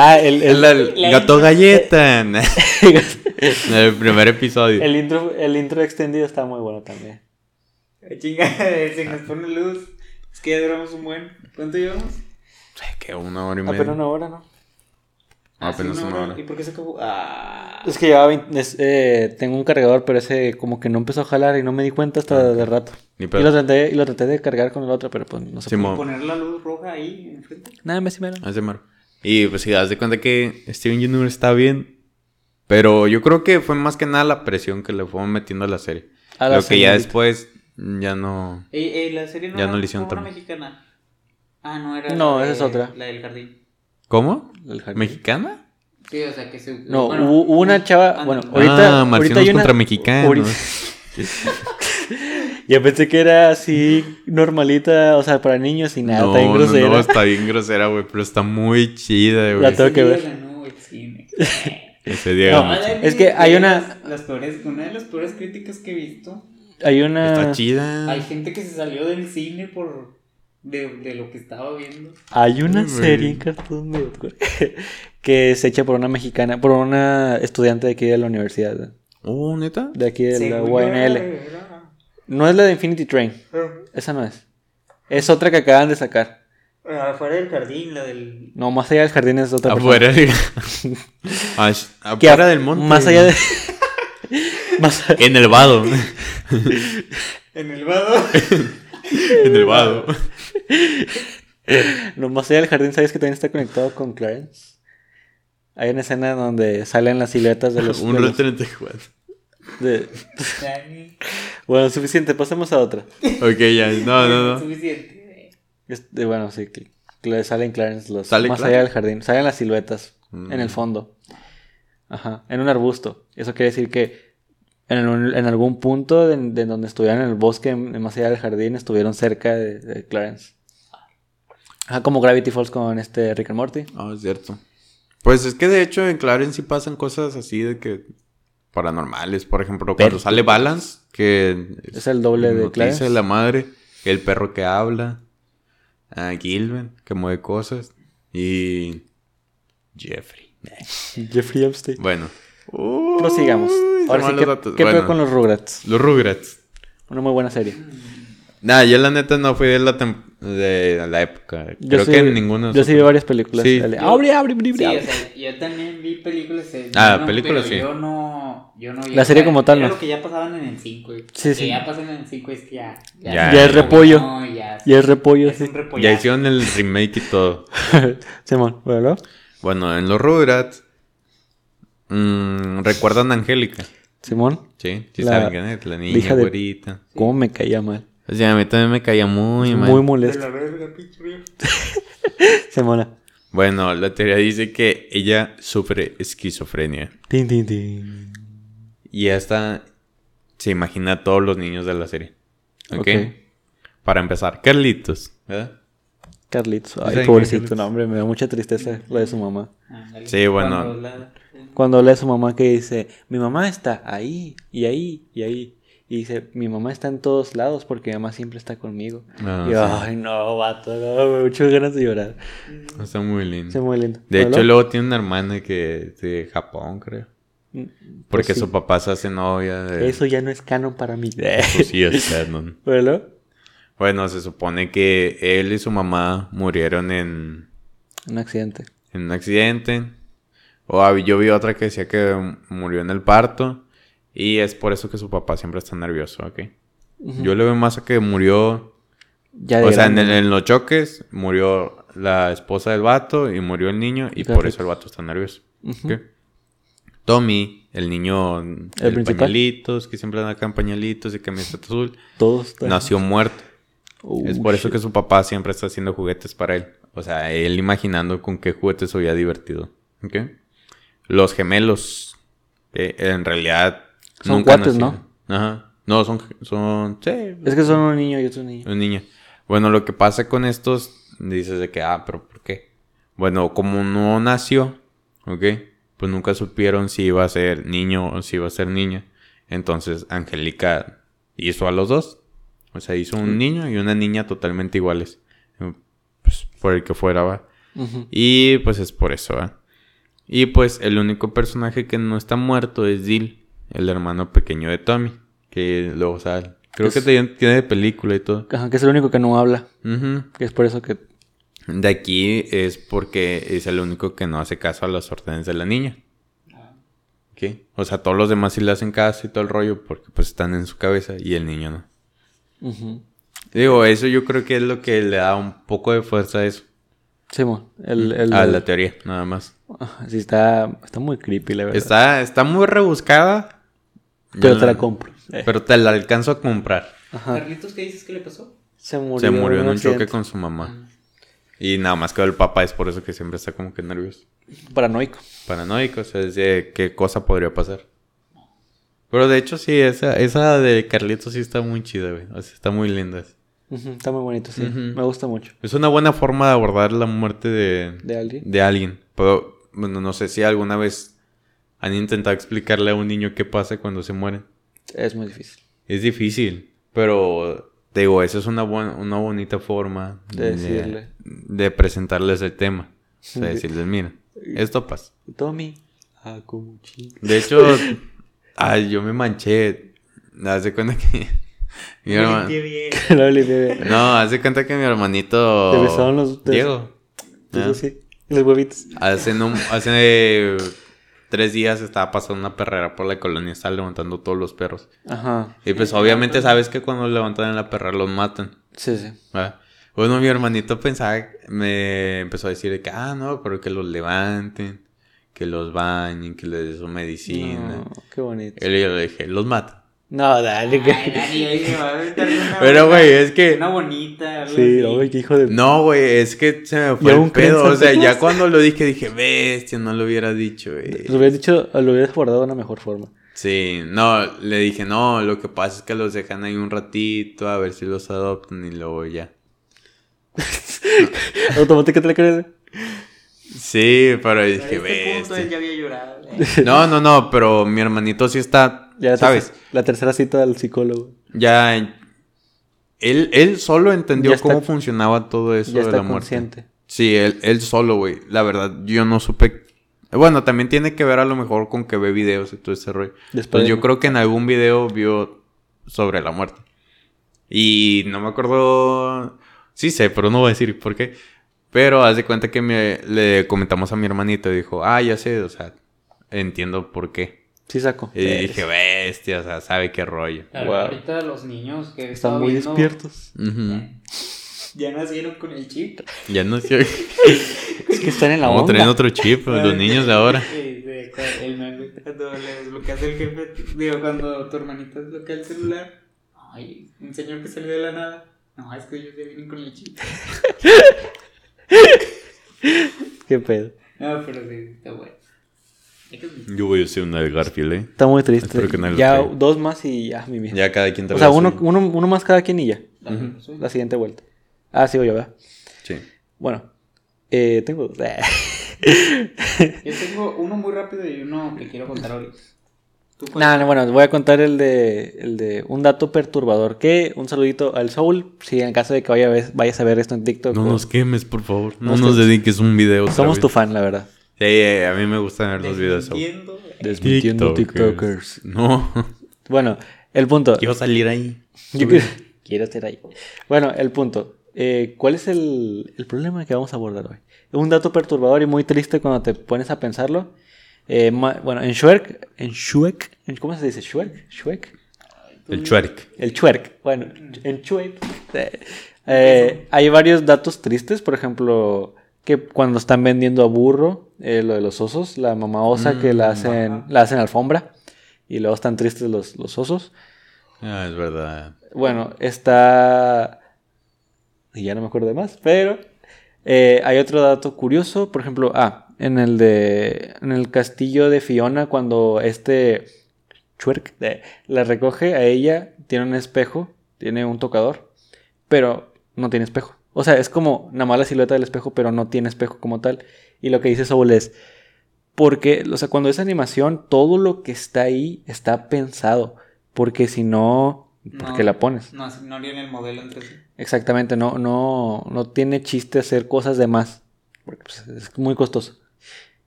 C: Ah, el, el-
D: El, el
B: la-
D: gato galleta. En el primer episodio.
C: el intro el intro extendido está muy bueno también.
B: Ah, Chinga, se nos pone luz. Es que ya duramos un buen. ¿Cuánto llevamos?
D: Ay, Que una hora y media.
C: Apenas una hora, ¿no?
D: Ah, apenas
B: sí,
D: una hora.
B: ¿Y por qué se acabó? Ah.
C: Es que llevaba 20 es, eh, tengo un cargador, pero ese como que no empezó a jalar y no me di cuenta hasta de rato.
D: Ni
C: Y lo
D: pedo.
C: traté y lo traté de cargar con el otro, pero pues no se pudo.
D: Simón.
B: Poner la luz roja ahí enfrente.
C: Nada, me simero.
D: Hace mar. Y pues si das de cuenta que Steven Universe está bien. Pero yo creo que fue más que nada la presión que le fue metiendo a la serie.
C: A la
D: Lo que ya
C: señorita.
D: después ya no.
B: Ey, ey, Eh, la serie no
D: Ya
B: era
D: no le hicieron
B: como una
D: tan-
B: mexicana. Ah, no era.
C: No,
B: la
C: esa es
B: de-
C: otra.
B: La del jardín.
D: ¿Cómo?
C: El jardín.
D: ¿Mexicana?
B: Sí, o sea que se.
C: No,
B: bueno,
C: hubo hubo una chava.
B: ah,
C: Bueno,
B: no.
C: ahorita.
D: ah,
C: ahorita
D: marcianos
C: hay una-
D: contra mexicanos.
C: ahorita- Ya pensé que era así, normalita, o sea, para niños y nada,
D: no,
C: está bien
D: no,
C: grosera.
D: no, está bien grosera, güey, pero está muy chida,
C: La
D: güey.
C: tengo que
B: Sí,
C: ver.
B: ganó el cine.
D: Ese día
C: No,
D: güey,
C: es que hay una-
B: Las, las peores, una de las peores críticas que he visto.
C: Hay una.
D: está chida.
B: Hay gente que se salió del cine por. De, de lo que estaba viendo.
C: Hay una
D: Ay, güey.
C: serie en Cartoon Network que es hecha por una mexicana, por una estudiante de aquí de la universidad,
D: Oh, neta.
C: de aquí de la
B: Según yo era-
C: UNL.
B: era-
C: No es la de Infinity Train,
B: era-
C: esa no es. Es otra que acaban de sacar.
B: era Afuera del jardín, la del.
C: No, más allá del jardín es otra persona.
D: Afuera, de- Ash-
C: Que
D: afuera
C: af-
D: del monte.
C: Más allá de. más a-
D: En el vado.
B: En el vado.
D: en el vado.
C: No, más allá del jardín, ¿sabes que también está conectado con Clarence? Hay una escena donde salen las siluetas de los.
D: Un
C: de
D: rol
C: los-
D: 34.
C: de-
B: Dani,
C: Bueno, suficiente, pasemos a otra.
D: Ok, ya. No, Ah, no, no.
B: Suficiente.
C: Este, bueno, sí, que, que salen Clarence los
D: ¿Sale
C: más
D: Clarence?
C: allá del jardín, salen las siluetas
D: Mm.
C: en el fondo. Ajá, en un arbusto. Eso quiere decir que en, un- en algún punto de, de donde estuvieron en el bosque, en- más allá del jardín, estuvieron cerca de, de Clarence. Ajá, como Gravity Falls con este Rick and Morty.
D: Ah, es cierto. Pues es que de hecho en Clarence sí pasan cosas así de que paranormales, por ejemplo, cuando
C: Pero-
D: sale Balance, que
C: Es el doble de
D: noticia
C: Clarence.
D: la madre, el perro que habla, a Gilben que mueve cosas y Jeffrey.
C: Jeffrey Epstein.
D: Bueno.
C: Prosigamos.
D: Uy, se
C: Ahora sí,
D: van
C: ¿qué,
D: los datos.
C: qué pedo
D: Bueno,
C: con los Rugrats?
D: los Rugrats.
C: Una muy buena serie.
D: Nah, yo la neta no fui de la, tem- de la época.
C: Yo
D: Creo
C: sí
D: que
C: vi-
D: en ninguna.
C: Yo sí vi varias películas.
D: Sí.
C: El de,
B: Yo-
C: abre, abre, abre,
B: Sí,
C: abre.
B: o sea, yo también vi películas. eh,
D: Ah,
B: no,
D: películas,
B: pero
D: sí.
B: Yo no. Yo no vi-
C: La serie como tal,
B: era
C: ¿no?
B: lo que ya pasaban en el 5.
C: Sí, sí.
B: Que ya pasan en el 5 es que ya.
D: Ya.
C: Ya es repollo.
B: No, ya.
C: Y es repollo,
B: es
C: sí.
B: un repollo.
D: Ya hicieron el remake y todo.
C: Simón, ¿verdad?
D: Bueno, en los Rugrats. mm, ¿Recuerdan a Angélica?
C: Simón,
D: Sí, sí
C: La-
D: saben quién es, la niña
C: hija de-
D: güerita.
C: ¿cómo me caía mal?
D: O sea, a mí también me caía muy mal.
C: Muy molesto. Simona.
D: Bueno, la teoría dice que ella sufre esquizofrenia.
C: Tin, tin, tin.
D: Y hasta se imagina a todos los niños de la serie. ¿Ok?
C: Ok.
D: Para empezar, Carlitos. ¿Verdad?
C: Carlitos,
D: Ese
C: ay,
D: de
C: pobrecito,
D: Carlitos.
C: no, hombre, me da mucha tristeza lo de su mamá.
B: Ándale.
D: Sí, bueno.
B: Cuando la-
C: Cuando habla de su mamá que dice, mi mamá está ahí, y ahí, y ahí. Y dice, mi mamá está en todos lados porque mi mamá siempre está conmigo.
D: Ah,
C: y yo, ay, no, vato, no, me da muchas ganas de llorar.
D: sí. Está muy lindo.
C: Se muy lindo.
D: Mm. De
C: ¿Verdad?
D: hecho, luego tiene una hermana que de Japón, creo.
C: Mm,
D: Porque
C: sí.
D: su papá se hace novia de
C: Eso ya no es canon para mí.
D: sus tías, ¿no?
C: ¿Verdad?
D: Bueno, se supone que él y su mamá murieron en,
C: Un accidente.
D: en un accidente. O hab- yo vi otra que decía que murió en el parto. Y es por eso que su papá siempre está nervioso, ¿ok? Yo le veo más a que murió...
C: Ya de
D: O sea, en,
C: grande,
D: el-
C: ¿no?
D: en los choques murió la esposa del vato y murió el niño. Y por
C: Perfecto.
D: eso el vato está nervioso.
C: Ujú.
D: ¿ok? Tommy, el niño... El
C: principal?
D: pañalitos, que siempre anda acá en pañalitos y camiseta azul.
C: Todos están-
D: Nació muerto.
C: Oh,
D: Es por eso
C: shit.
D: que su papá siempre está haciendo juguetes para él. O sea, él imaginando con qué juguetes se había divertido. ¿Ok? Los gemelos. eh, en realidad.
C: Son
D: nunca
C: cuates, ¿no?
D: nacieron. Ajá. No, son. son sí,
C: Es que son un niño y otro niño.
D: un niño. Bueno, lo que pasa con estos. Dices de que, ah, pero ¿por qué? Bueno, como no nació. ¿Ok? Pues nunca supieron si iba a ser niño o si iba a ser niña. Entonces, Angélica hizo a los dos. O sea, hizo un niño y una niña totalmente iguales. Eh, Pues, por el que fuera, va.
C: Ujú.
D: Y pues es por eso, va. Y pues el único personaje que no está muerto es Dil, el hermano pequeño de Tommy. Que luego sale. Creo que
C: Es-
D: tiene tiene película y todo.
C: Ajá, que es el único que no habla.
D: Ujú.
C: Que es por eso que.
D: De aquí es porque es el único que no hace caso a las órdenes de la niña.
C: Ah.
D: ¿Qué? O sea, todos los demás sí le hacen caso y todo el rollo porque pues están en su cabeza y el niño no.
C: Ujú.
D: Digo, eso yo creo que es lo que le da un poco de fuerza a eso.
C: Simón, el. el-
D: a Ah, la teoría, nada más.
C: Ajá, sí, está, está muy creepy, la verdad.
D: Está, está muy rebuscada.
C: Pero
D: Yo
C: te
D: la-
C: la compro.
D: Pero te la alcanzo a comprar.
C: Ajá.
B: Carlitos, ¿qué dices que le pasó?
C: Se murió,
D: Se murió en un choque
C: accidente. Mm.
D: con su mamá. Y nada más quedó el papá, es por eso que siempre está como que nervioso.
C: Paranoico.
D: Paranoico, o sea, es de qué cosa podría pasar. Pero de hecho, sí, esa, esa de Carlitos sí está muy chida, güey. O sea, está muy linda.
C: Ujú, Está muy bonito, sí.
D: Ujú.
C: Me gusta mucho.
D: Es una buena forma de abordar la muerte de,
C: ¿De alguien?
D: de alguien. Pero, bueno, no sé si alguna vez han intentado explicarle a un niño qué pasa cuando se muere.
C: Es muy difícil.
D: Es difícil, pero te digo, esa es una, buena, una bonita forma
C: De decirle.
D: de presentarles el tema. O sea,
C: Sí.
D: decirles, mira, esto pasa.
C: Tommy. Ah, como chingo.
D: De hecho, ay, yo me manché. Haz de cuenta que... mi herma-
A: Qué bien.
C: Lo olvidé.
D: No, haz de cuenta que mi hermanito...
C: Te besaron los- te-
D: Diego. Ah.
C: Eso
D: ¿no?
C: sí. Los huevitos.
D: Hace, no- hace tres días estaba pasando una perrera por la colonia, estaba levantando todos los perros.
C: Ajá.
D: Y pues obviamente sabes que cuando levantan en la perrera los matan.
C: Sí, sí.
D: ¿verdad? Bueno, mi hermanito pensaba, me empezó a decir de que, ah, no, pero que los levanten, que los bañen, que les den su medicina.
C: No, qué bonito.
D: Y yo le dije, los matan.
C: No, dale,
B: Ay,
C: güey.
B: Dani, ahí se va a aventar una
D: Pero,
B: buena-
D: güey, es que...
B: Una bonita. algo
C: Sí,
B: así.
C: uy, qué hijo de.
D: No, güey, es que se me
C: Y
D: fue
C: aún
D: el
C: creen
D: pedo. O sea,
C: Santa
D: ya
C: Claus.
D: cuando lo dije, dije, bestia, no lo hubiera dicho, güey.
C: Lo hubieras dicho, lo hubieras guardado de una mejor forma.
D: Sí, no, le dije, no, lo que pasa es que los dejan ahí un ratito a ver si los adoptan y luego ya.
C: Automáticamente le crees.
D: Sí, pero
B: Pero a
D: dije,
B: este punto él
D: "Bestia".
B: ya había llorado. eh.
D: No, no, no, pero mi hermanito sí está,
C: Ya
D: ¿sabes?
C: sabes. La tercera cita al psicólogo.
D: Ya, él, él solo entendió
C: Ya está-
D: cómo funcionaba todo eso
C: ya
D: de la
C: está
D: muerte. Pues
C: consciente.
D: Sí, él, él solo, güey. La verdad, yo no supe. Bueno, también tiene que ver a lo mejor con que ve videos y todo ese rollo.
C: Después.
D: Pues yo creo que en algún video vio sobre la muerte. Y no me acuerdo. Sí sé, pero no voy a decir por qué. Pero haz de cuenta que me- le comentamos a mi hermanito y dijo, ah, ya sé, o sea, entiendo por qué.
C: Sí, saco.
D: Y dije, bestia, o sea, sabe qué rollo.
B: Claro,
C: Wow.
B: Ahorita los niños que he
C: Están
B: estado
C: muy
B: viendo,
C: despiertos. Ah.
D: Ujú.
B: Ya nacieron con el chip.
D: Ya no sé.
C: Es que están en la
D: Vamos a
C: onda.
D: traer otro chip, Pues los niños de ahora.
B: Sí, sí, cu- el meme, cuando le desbloqueas el jefe, digo, cuando tu hermanita desbloquea el celular, ay, un señor que salió de la nada, no, es que ellos ya vienen con el chip.
C: Qué pedo.
B: No, pero sí, está bueno. Hay que admitir.
D: Yo voy a ser una de Garfield, ¿eh?
C: Está muy triste.
D: Espero que no les
C: ya
D: pegue.
C: dos más y ya, mi mierda.
D: Ya cada quien
C: O
D: trae
C: sea,
D: su-
C: uno, uno, uno más cada quien y ya.
B: La razón.
C: La siguiente vuelta. Ah, sigo yo, ¿verdad?
D: Sí.
C: Bueno. Eh, tengo dos.
B: Yo tengo uno muy rápido y uno que quiero contar ahorita. ¿Tú cuál?
C: Nada, bueno, voy a contar el de, el de un dato perturbador. Que un saludito al Soul. Si en caso de que vaya a ver- vayas a ver esto en TikTok.
D: No
C: o-
D: nos quemes, por favor. No
C: Nos
D: nos
C: quemes.
D: dediques un video. otra
C: Somos
D: vez.
C: tu fan, la verdad.
D: Sí, eh, a mí me gustan ver los videos. Saúl.
B: Desmintiendo, eh,
C: Desmintiendo TikTokers.
D: No,
C: Bueno, el punto.
D: quiero salir ahí.
C: Yo quiero, quiero estar ahí. Bueno, el punto. Eh, ¿Cuál es el, el problema que vamos a abordar hoy? Un dato perturbador y muy triste cuando te pones a pensarlo. Eh, ma- bueno, en Shuerk, en Shuek, en- ¿cómo se dice? Shuerk, Shuek,
D: El chuaric.
C: el Shuerk. Bueno, en Shuek eh, eh, hay varios datos tristes, por ejemplo, que cuando están vendiendo a burro, eh, lo de los osos, la mamá osa que la hacen, la hacen alfombra y luego están tristes los, los osos.
D: Ah, es verdad.
C: Bueno, está. Y ya no me acuerdo de más, pero. eh, hay otro dato curioso, por ejemplo, ah, en el de. En el castillo de Fiona, cuando este. Chuerk eh, la recoge a ella, tiene un espejo, tiene un tocador, pero no tiene espejo. O sea, es como nada más la silueta del espejo, pero no tiene espejo como tal. Y lo que dice Soul es. Porque, o sea, cuando es animación, todo lo que está ahí está pensado. Porque si no, ¿por
B: No.
C: qué la pones?
B: No, así no harían el modelo entre sí.
C: Exactamente, no, no, no tiene chiste hacer cosas de más. Porque pues, es muy costoso.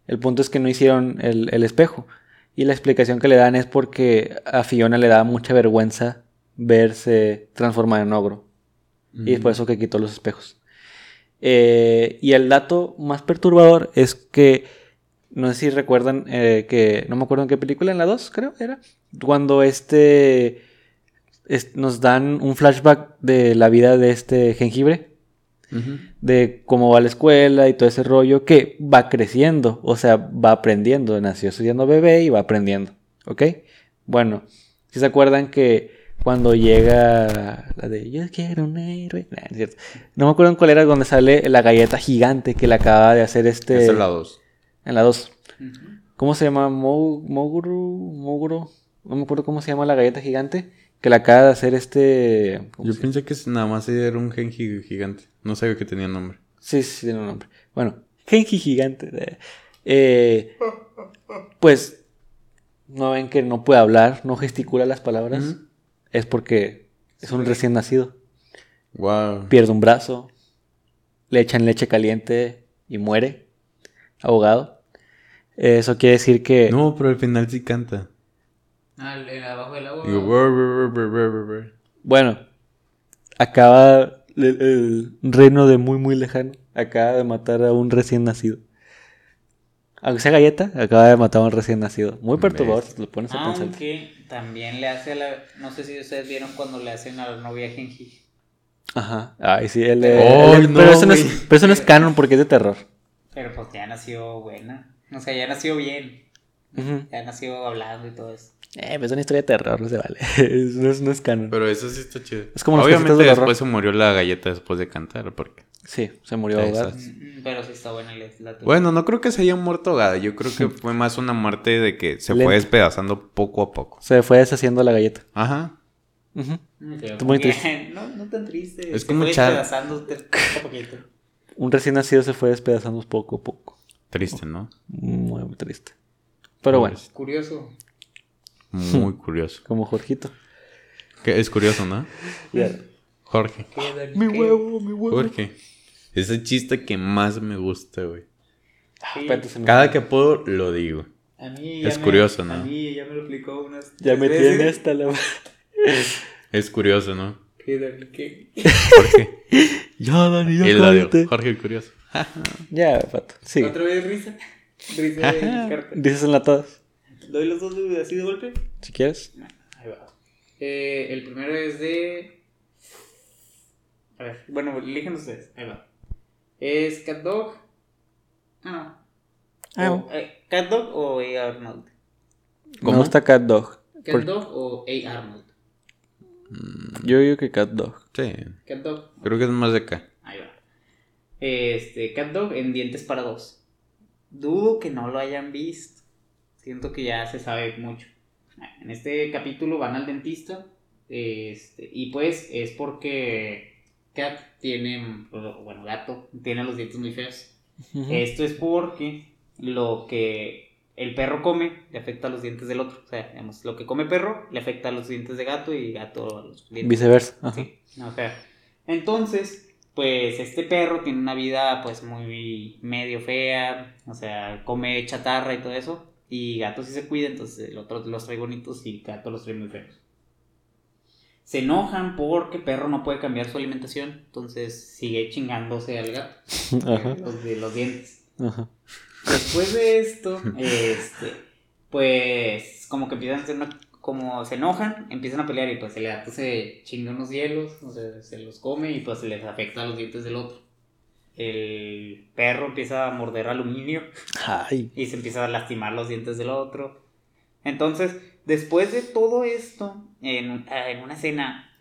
C: El punto es que no hicieron el, el espejo. Y la explicación que le dan es porque a Fiona le daba mucha vergüenza verse transformada en ogro. Y es por eso que quitó los espejos. Eh, y el dato más perturbador es que, no sé si recuerdan, eh, que no me acuerdo en qué película, en la 2 creo era, cuando este es- nos dan un flashback de la vida de este jengibre,
D: Ujú.
C: de cómo va a la escuela y todo ese rollo, que va creciendo, o sea, va aprendiendo, nació siendo bebé y va aprendiendo, ¿ok? Bueno, si ¿Sí se acuerdan que cuando llega la de Yo quiero un héroe? Nah, no, es cierto. No me acuerdo en cuál era donde sale la galleta gigante que le acaba de hacer este.
D: Esa es Mm. la 2.
C: En la 2.
B: Ujú.
C: ¿Cómo se llama? Mo- Moguru. Moguro. No me acuerdo cómo se llama la galleta gigante que le acaba de hacer este. ¿cómo
D: Yo
C: se-
D: pensé que nada más era un gen gi- gigante. No sabía que tenía nombre.
C: Sí, sí, tiene un nombre. Bueno, Genji gigante. Eh, pues, ¿no ven que no puede hablar, no gesticula las palabras?
D: Ujú.
C: Es porque es un recién nacido.
D: Wow.
C: Pierde un brazo, le echan leche caliente y muere, ahogado. Eso quiere decir que...
D: No, pero al final sí canta.
B: Ah, el, el abajo del agua.
D: Digo, "Brr, brr, brr, brr, brr, brr".
C: Bueno, acaba el, el reino de muy, muy lejano. Acaba de matar a un recién nacido. Aunque sea galleta, acaba de matar a un recién nacido. Muy perturbador
D: Ves.
C: si te lo pones a pensar.
B: Aunque también le hace a la. No sé si ustedes vieron cuando le hacen a la novia Genji.
C: Ajá. Ay, sí, él,
D: Oh,
C: él-
D: no,
C: pero, eso no es,
D: güey.
C: pero eso no es canon porque es de terror.
B: Pero pues ya nació buena. O sea, ya nació bien.
C: Ujú.
B: Ya nació hablando y todo eso.
C: Eh, pero es una historia de terror, no se vale. Es- no, es, no es canon.
D: Pero eso sí está chido.
C: Es como las
D: Obviamente
C: cositas del horror.
D: después se murió la galleta después de cantar. Porque...
C: Sí, se murió
D: Ahí
C: ahogado.
D: está.
B: Mm, mm, Pero sí está buena la, la
D: Bueno, no creo que se haya muerto ahogada. Yo creo que fue más una muerte de que se fue
C: Lenta.
D: despedazando poco a poco.
C: Se fue deshaciendo la galleta.
D: Ajá.
C: Ujú.
B: Mm, pero
C: Tú muy
B: porque-
C: triste.
B: No, no tan triste.
D: Es
B: se
D: como
B: fue
D: Chad.
B: despedazándote poco a poquito.
C: Un recién nacido se fue despedazando poco a poco.
D: Triste, ¿no?
C: Muy, muy triste. Pero bueno,
B: Curioso.
D: Muy curioso.
C: como Jorgito.
D: Que es curioso, ¿no? Jorge.
B: ¿Qué-
C: Ah, Mi
B: qué-
C: huevo, mi huevo.
D: Jorge. Es el chiste que más me gusta, güey.
B: sí,
C: Espérate, se me-
D: Cada que puedo, lo digo.
B: a mí ya
D: Es
B: me-
D: curioso, ¿no?
B: A mí ya me lo explicó unas.
C: Ya
B: tres
C: me
B: veces.
C: tiene hasta la.
D: Es curioso, ¿no?
B: ¿Qué, Dani? ¿Qué?
D: Jorge.
C: ya, Dani,
D: Él lo digo. Jorge el curioso.
C: Ya, pato. Sí.
B: ¿Otra vez risa? Risa de carta.
C: Dices enlatadas.
B: ¿Doy los dos de así de golpe?
C: Si quieres.
B: Ahí va. Eh, el primero es de. A ver, bueno, eligen ustedes. Ahí va. Es Cat Dog. Ah,
C: Ah,
B: no. O, eh, Cat Dog o A. Arnold.
C: Me
D: ¿Cómo?
C: gusta Cat Dog.
B: Cat
C: Por-
B: Dog o A. Arnold.
C: Yo digo que Cat Dog.
D: Sí.
B: Cat Dog.
D: Creo que es más de acá.
B: Ahí va. Este, Cat Dog en dientes para dos. Dudo que no lo hayan visto. Siento que ya se sabe mucho. En este capítulo van al dentista. Este, y pues es porque Cat tiene, bueno, gato, tiene los dientes muy feos.
C: Ujú.
B: Esto es porque lo que el perro come le afecta a los dientes del otro. O sea, digamos, lo que come perro le afecta a los dientes de gato y gato a los dientes
C: Viceversa. Ajá.
B: Sí, o sea, entonces, pues este perro tiene una vida pues muy medio fea, o sea, come chatarra y todo eso, y gato sí se cuida, entonces el otro los trae bonitos y gato los trae muy feos. Se enojan porque perro no puede cambiar su alimentación, entonces sigue chingándose al gato,
C: Ajá.
B: los, de los dientes.
C: Ajá.
B: Después de esto, este, pues como que empiezan a hacer una- como se enojan, empiezan a pelear y pues el gato se chinga unos hielos, o sea, se los come y pues les afecta a los dientes del otro. El perro empieza a morder aluminio
C: Ay.
B: y se empieza a lastimar los dientes del otro. Entonces, después de todo esto, en, en una escena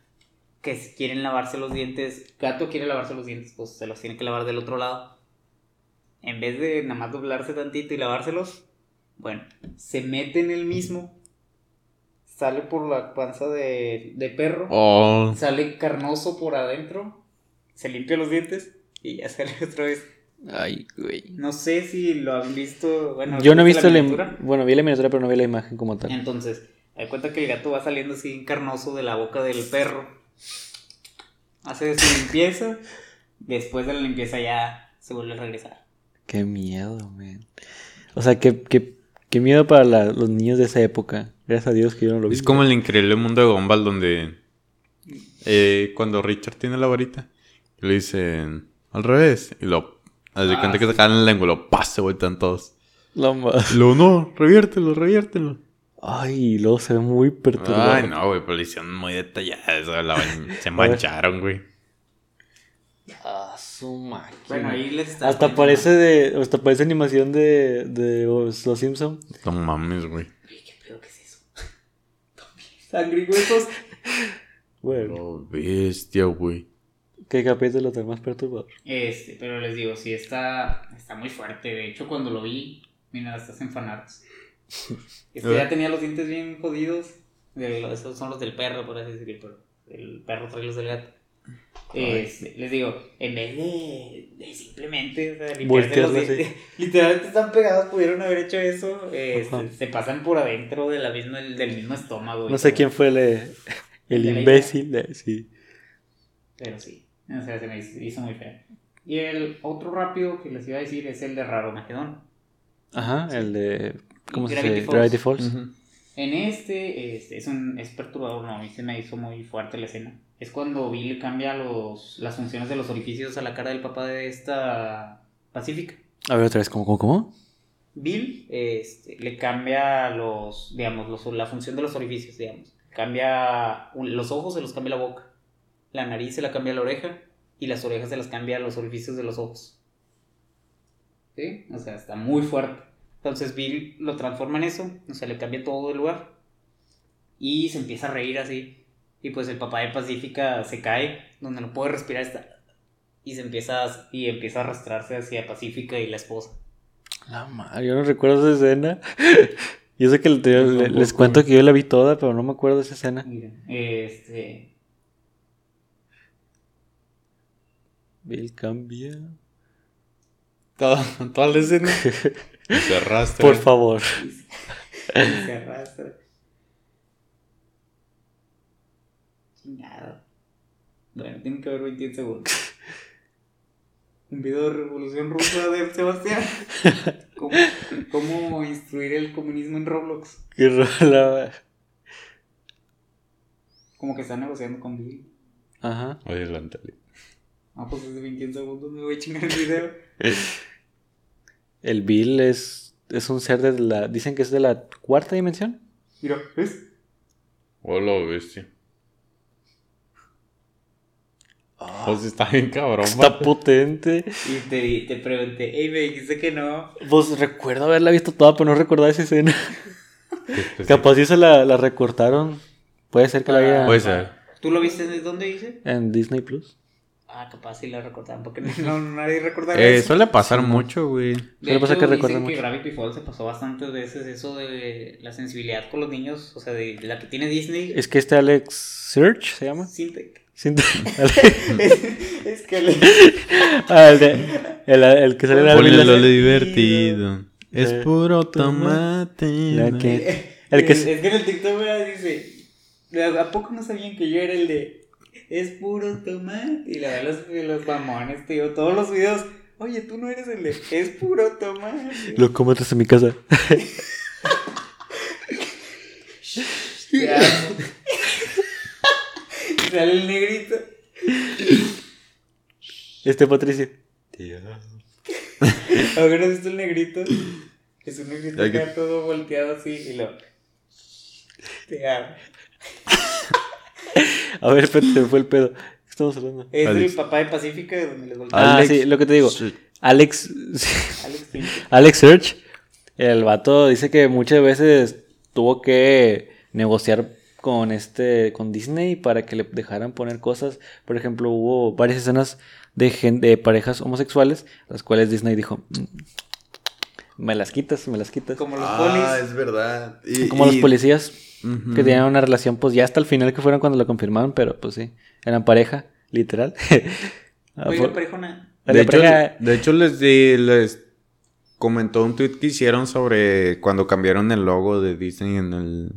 B: que si quieren lavarse los dientes, gato quiere lavarse los dientes, pues se los tiene que lavar del otro lado. En vez de nada más doblarse tantito y lavárselos, bueno, se mete en el mismo, sale por la panza de, de perro,
D: Oh.
B: sale carnoso por adentro, se limpia los dientes y ya sale otra vez.
C: Ay, güey.
B: No sé si lo han visto. Bueno,
C: Yo no he
B: ¿viste
C: visto em- la.
B: miniatura?
C: Bueno, vi la miniatura, pero no vi la imagen como tal.
B: Entonces, hay cuenta que el gato va saliendo así carnoso de la boca del perro. Hace su limpieza. Después de la limpieza ya se vuelve a regresar.
C: Qué miedo, man. O sea, qué, qué, qué miedo para la- los niños de esa época. Gracias a Dios que yo no lo vi.
D: Es como el increíble mundo de Gumball donde eh, cuando Richard tiene la varita, le dicen al revés y lo haz de
B: Ah,
D: cuenta que
B: sí.
D: sacan el ángulo, lo ¡pah! se vueltan todos.
C: Lo más-
D: Y luego, no, reviértelo, reviértelo.
C: Ay, y luego se ve muy perturbador.
D: Ay, no, güey, pero le hicieron muy detallada esa, la bañ- se mancharon, güey.
C: Ah, su máquina.
B: Bueno, ahí les está.
C: Hasta
B: poniendo-
C: parece de. Hasta parece animación de. de los Simpson.
D: No mames, güey.
B: Ay, ¿Qué pedo que es eso? También. Sangrihuesos.
C: Bueno,
D: Oh, bestia, güey.
C: ¿qué capítulo tan más perturbador?
B: Este, pero les digo, sí, está, está muy fuerte. De hecho, cuando lo vi, mira, estás en fanarts. Este
C: ¿Eh?
B: ya tenía los dientes bien jodidos. de lo- esos son los del perro, por así decirlo. Pero el perro trae los del gato. Este, les digo, en vez de, de simplemente o sea, limpiarse
C: Voltearlo
B: los dientes, literalmente están pegados, pudieron haber hecho eso. este,
C: Ajá.
B: se pasan por adentro de la misma, del mismo estómago. y
C: No sé
B: todo.
C: quién fue el, el
B: De la
C: imbécil. de- sí.
B: Pero sí, o sea, se me hizo, hizo muy feo. Y el otro rápido que les iba a decir es el de Raro Magedón.
C: Ajá, el de. ¿Cómo se
B: Gravity
C: dice?
B: Falls.
C: Gravity Falls.
B: En este, este, es, un, es perturbador, no, a mí se me hizo muy fuerte la escena. Es cuando Bill cambia los, las funciones de los orificios a la cara del papá de esta Pacífica.
C: A ver, otra vez, ¿cómo, cómo, cómo?
B: Bill este, le cambia los, digamos, los- la función de los orificios, digamos. Cambia un- los ojos, se los cambia la boca. La nariz se la cambia la oreja. Y las orejas se las cambia a los orificios de los ojos. ¿Sí? O sea, está muy fuerte. Entonces Bill lo transforma en eso. O sea, le cambia todo el lugar. Y se empieza a reír así. Y pues el papá de Pacífica se cae, donde no puede respirar. Está... Y se empieza a- y empieza a arrastrarse hacia Pacífica y la esposa.
C: La madre, yo no recuerdo esa escena. yo sé que le- te-
B: Yo
C: le- les
B: tampoco,
C: cuento que yo la vi toda, pero no me acuerdo de esa escena.
B: Mira, este.
C: Bill cambia.
D: Toda, toda la escena. Se arrastra.
C: Por favor.
B: se arrastra. Chingado. Bueno, tienen que haber 21 segundos. Un video de Revolución Rusa de Sebastián. ¿Cómo, cómo instruir el comunismo en Roblox?
C: Qué rola.
B: Como que está negociando con Bill.
C: Ajá.
D: Adelántale.
B: Ah, pues es de 21 segundos, me voy a chingar el video.
C: El Bill es, es un ser de la. Dicen que es de la cuarta dimensión.
B: Mira, ¿ves?
D: Hola, bestia.
C: Ah,
D: Pues está bien cabrón,
C: Está potente.
B: Y te, te pregunté, hey, me dijiste que no.
C: Pues recuerdo haberla visto toda, pero no recordaba esa escena.
D: Este,
C: Capaz si se la, la recortaron. Puede ser que la haya
D: Puede ser.
B: ¿Tú lo viste desde dónde dice?
C: en Disney Plus.
B: Ah, capaz sí la recortaban, porque no, nadie recordaba
D: Eh,
B: eso.
D: suele pasar mucho, güey.
B: De
C: Lo que pasa
B: hecho,
C: es que recuerda
B: dicen que
C: mucho.
B: Gravity Falls se pasó bastantes veces eso de la sensibilidad con los niños, o sea, de la que tiene Disney.
C: Es que este Alex Search se llama.
B: Sintec.
C: Siento- Ale-
B: es, es que le...
C: ah, el, de- el- el que sale en la
D: Ponle
C: Biblia.
D: lo divertido. Es
C: Eh,
D: puro tomate.
C: la que- El que
B: El que
C: se-
B: es que en el TikTok ¿verdad? dice, ¿a poco no sabían que yo era el de es puro tomate? Y la de los, de los mamones, tío, todos los videos, oye, tú no eres el de es puro tomate.
C: Lo como otros en mi casa.
B: Te amo. Y Sale el negrito.
C: Este Patricio.
B: Ahora has visto el negrito. Es un negrito
D: Hay
B: que
D: que-
B: está todo volteado así y lo. Te amo.
C: A ver, espérate, se me fue el pedo. ¿Qué estamos hablando?
B: Es
D: Alex.
B: el papá de Pacífica de donde les voltea.
C: Ah,
D: Alex-
C: sí, lo que te digo. Alex.
B: Alex Finch.
C: Alex Search, el vato dice que muchas veces tuvo que negociar con este con Disney para que le dejaran poner cosas. Por ejemplo, hubo varias escenas de, gen- de parejas homosexuales, las cuales Disney dijo, "Mm, me las quitas, me las quitas.
B: Como los polis.
D: Ah, es verdad. Y-
C: Como los
D: y-
C: policías
D: Ujú.
C: que tenían una relación, pues ya hasta el final que fueron cuando lo confirmaron, pero pues sí, eran pareja, literal. Ah,
B: Oiga,
C: fue-
B: parejona.
C: la
D: De hecho,
C: pareja-
D: de hecho, les, di- les comentó un tweet que hicieron sobre cuando cambiaron el logo de Disney en el.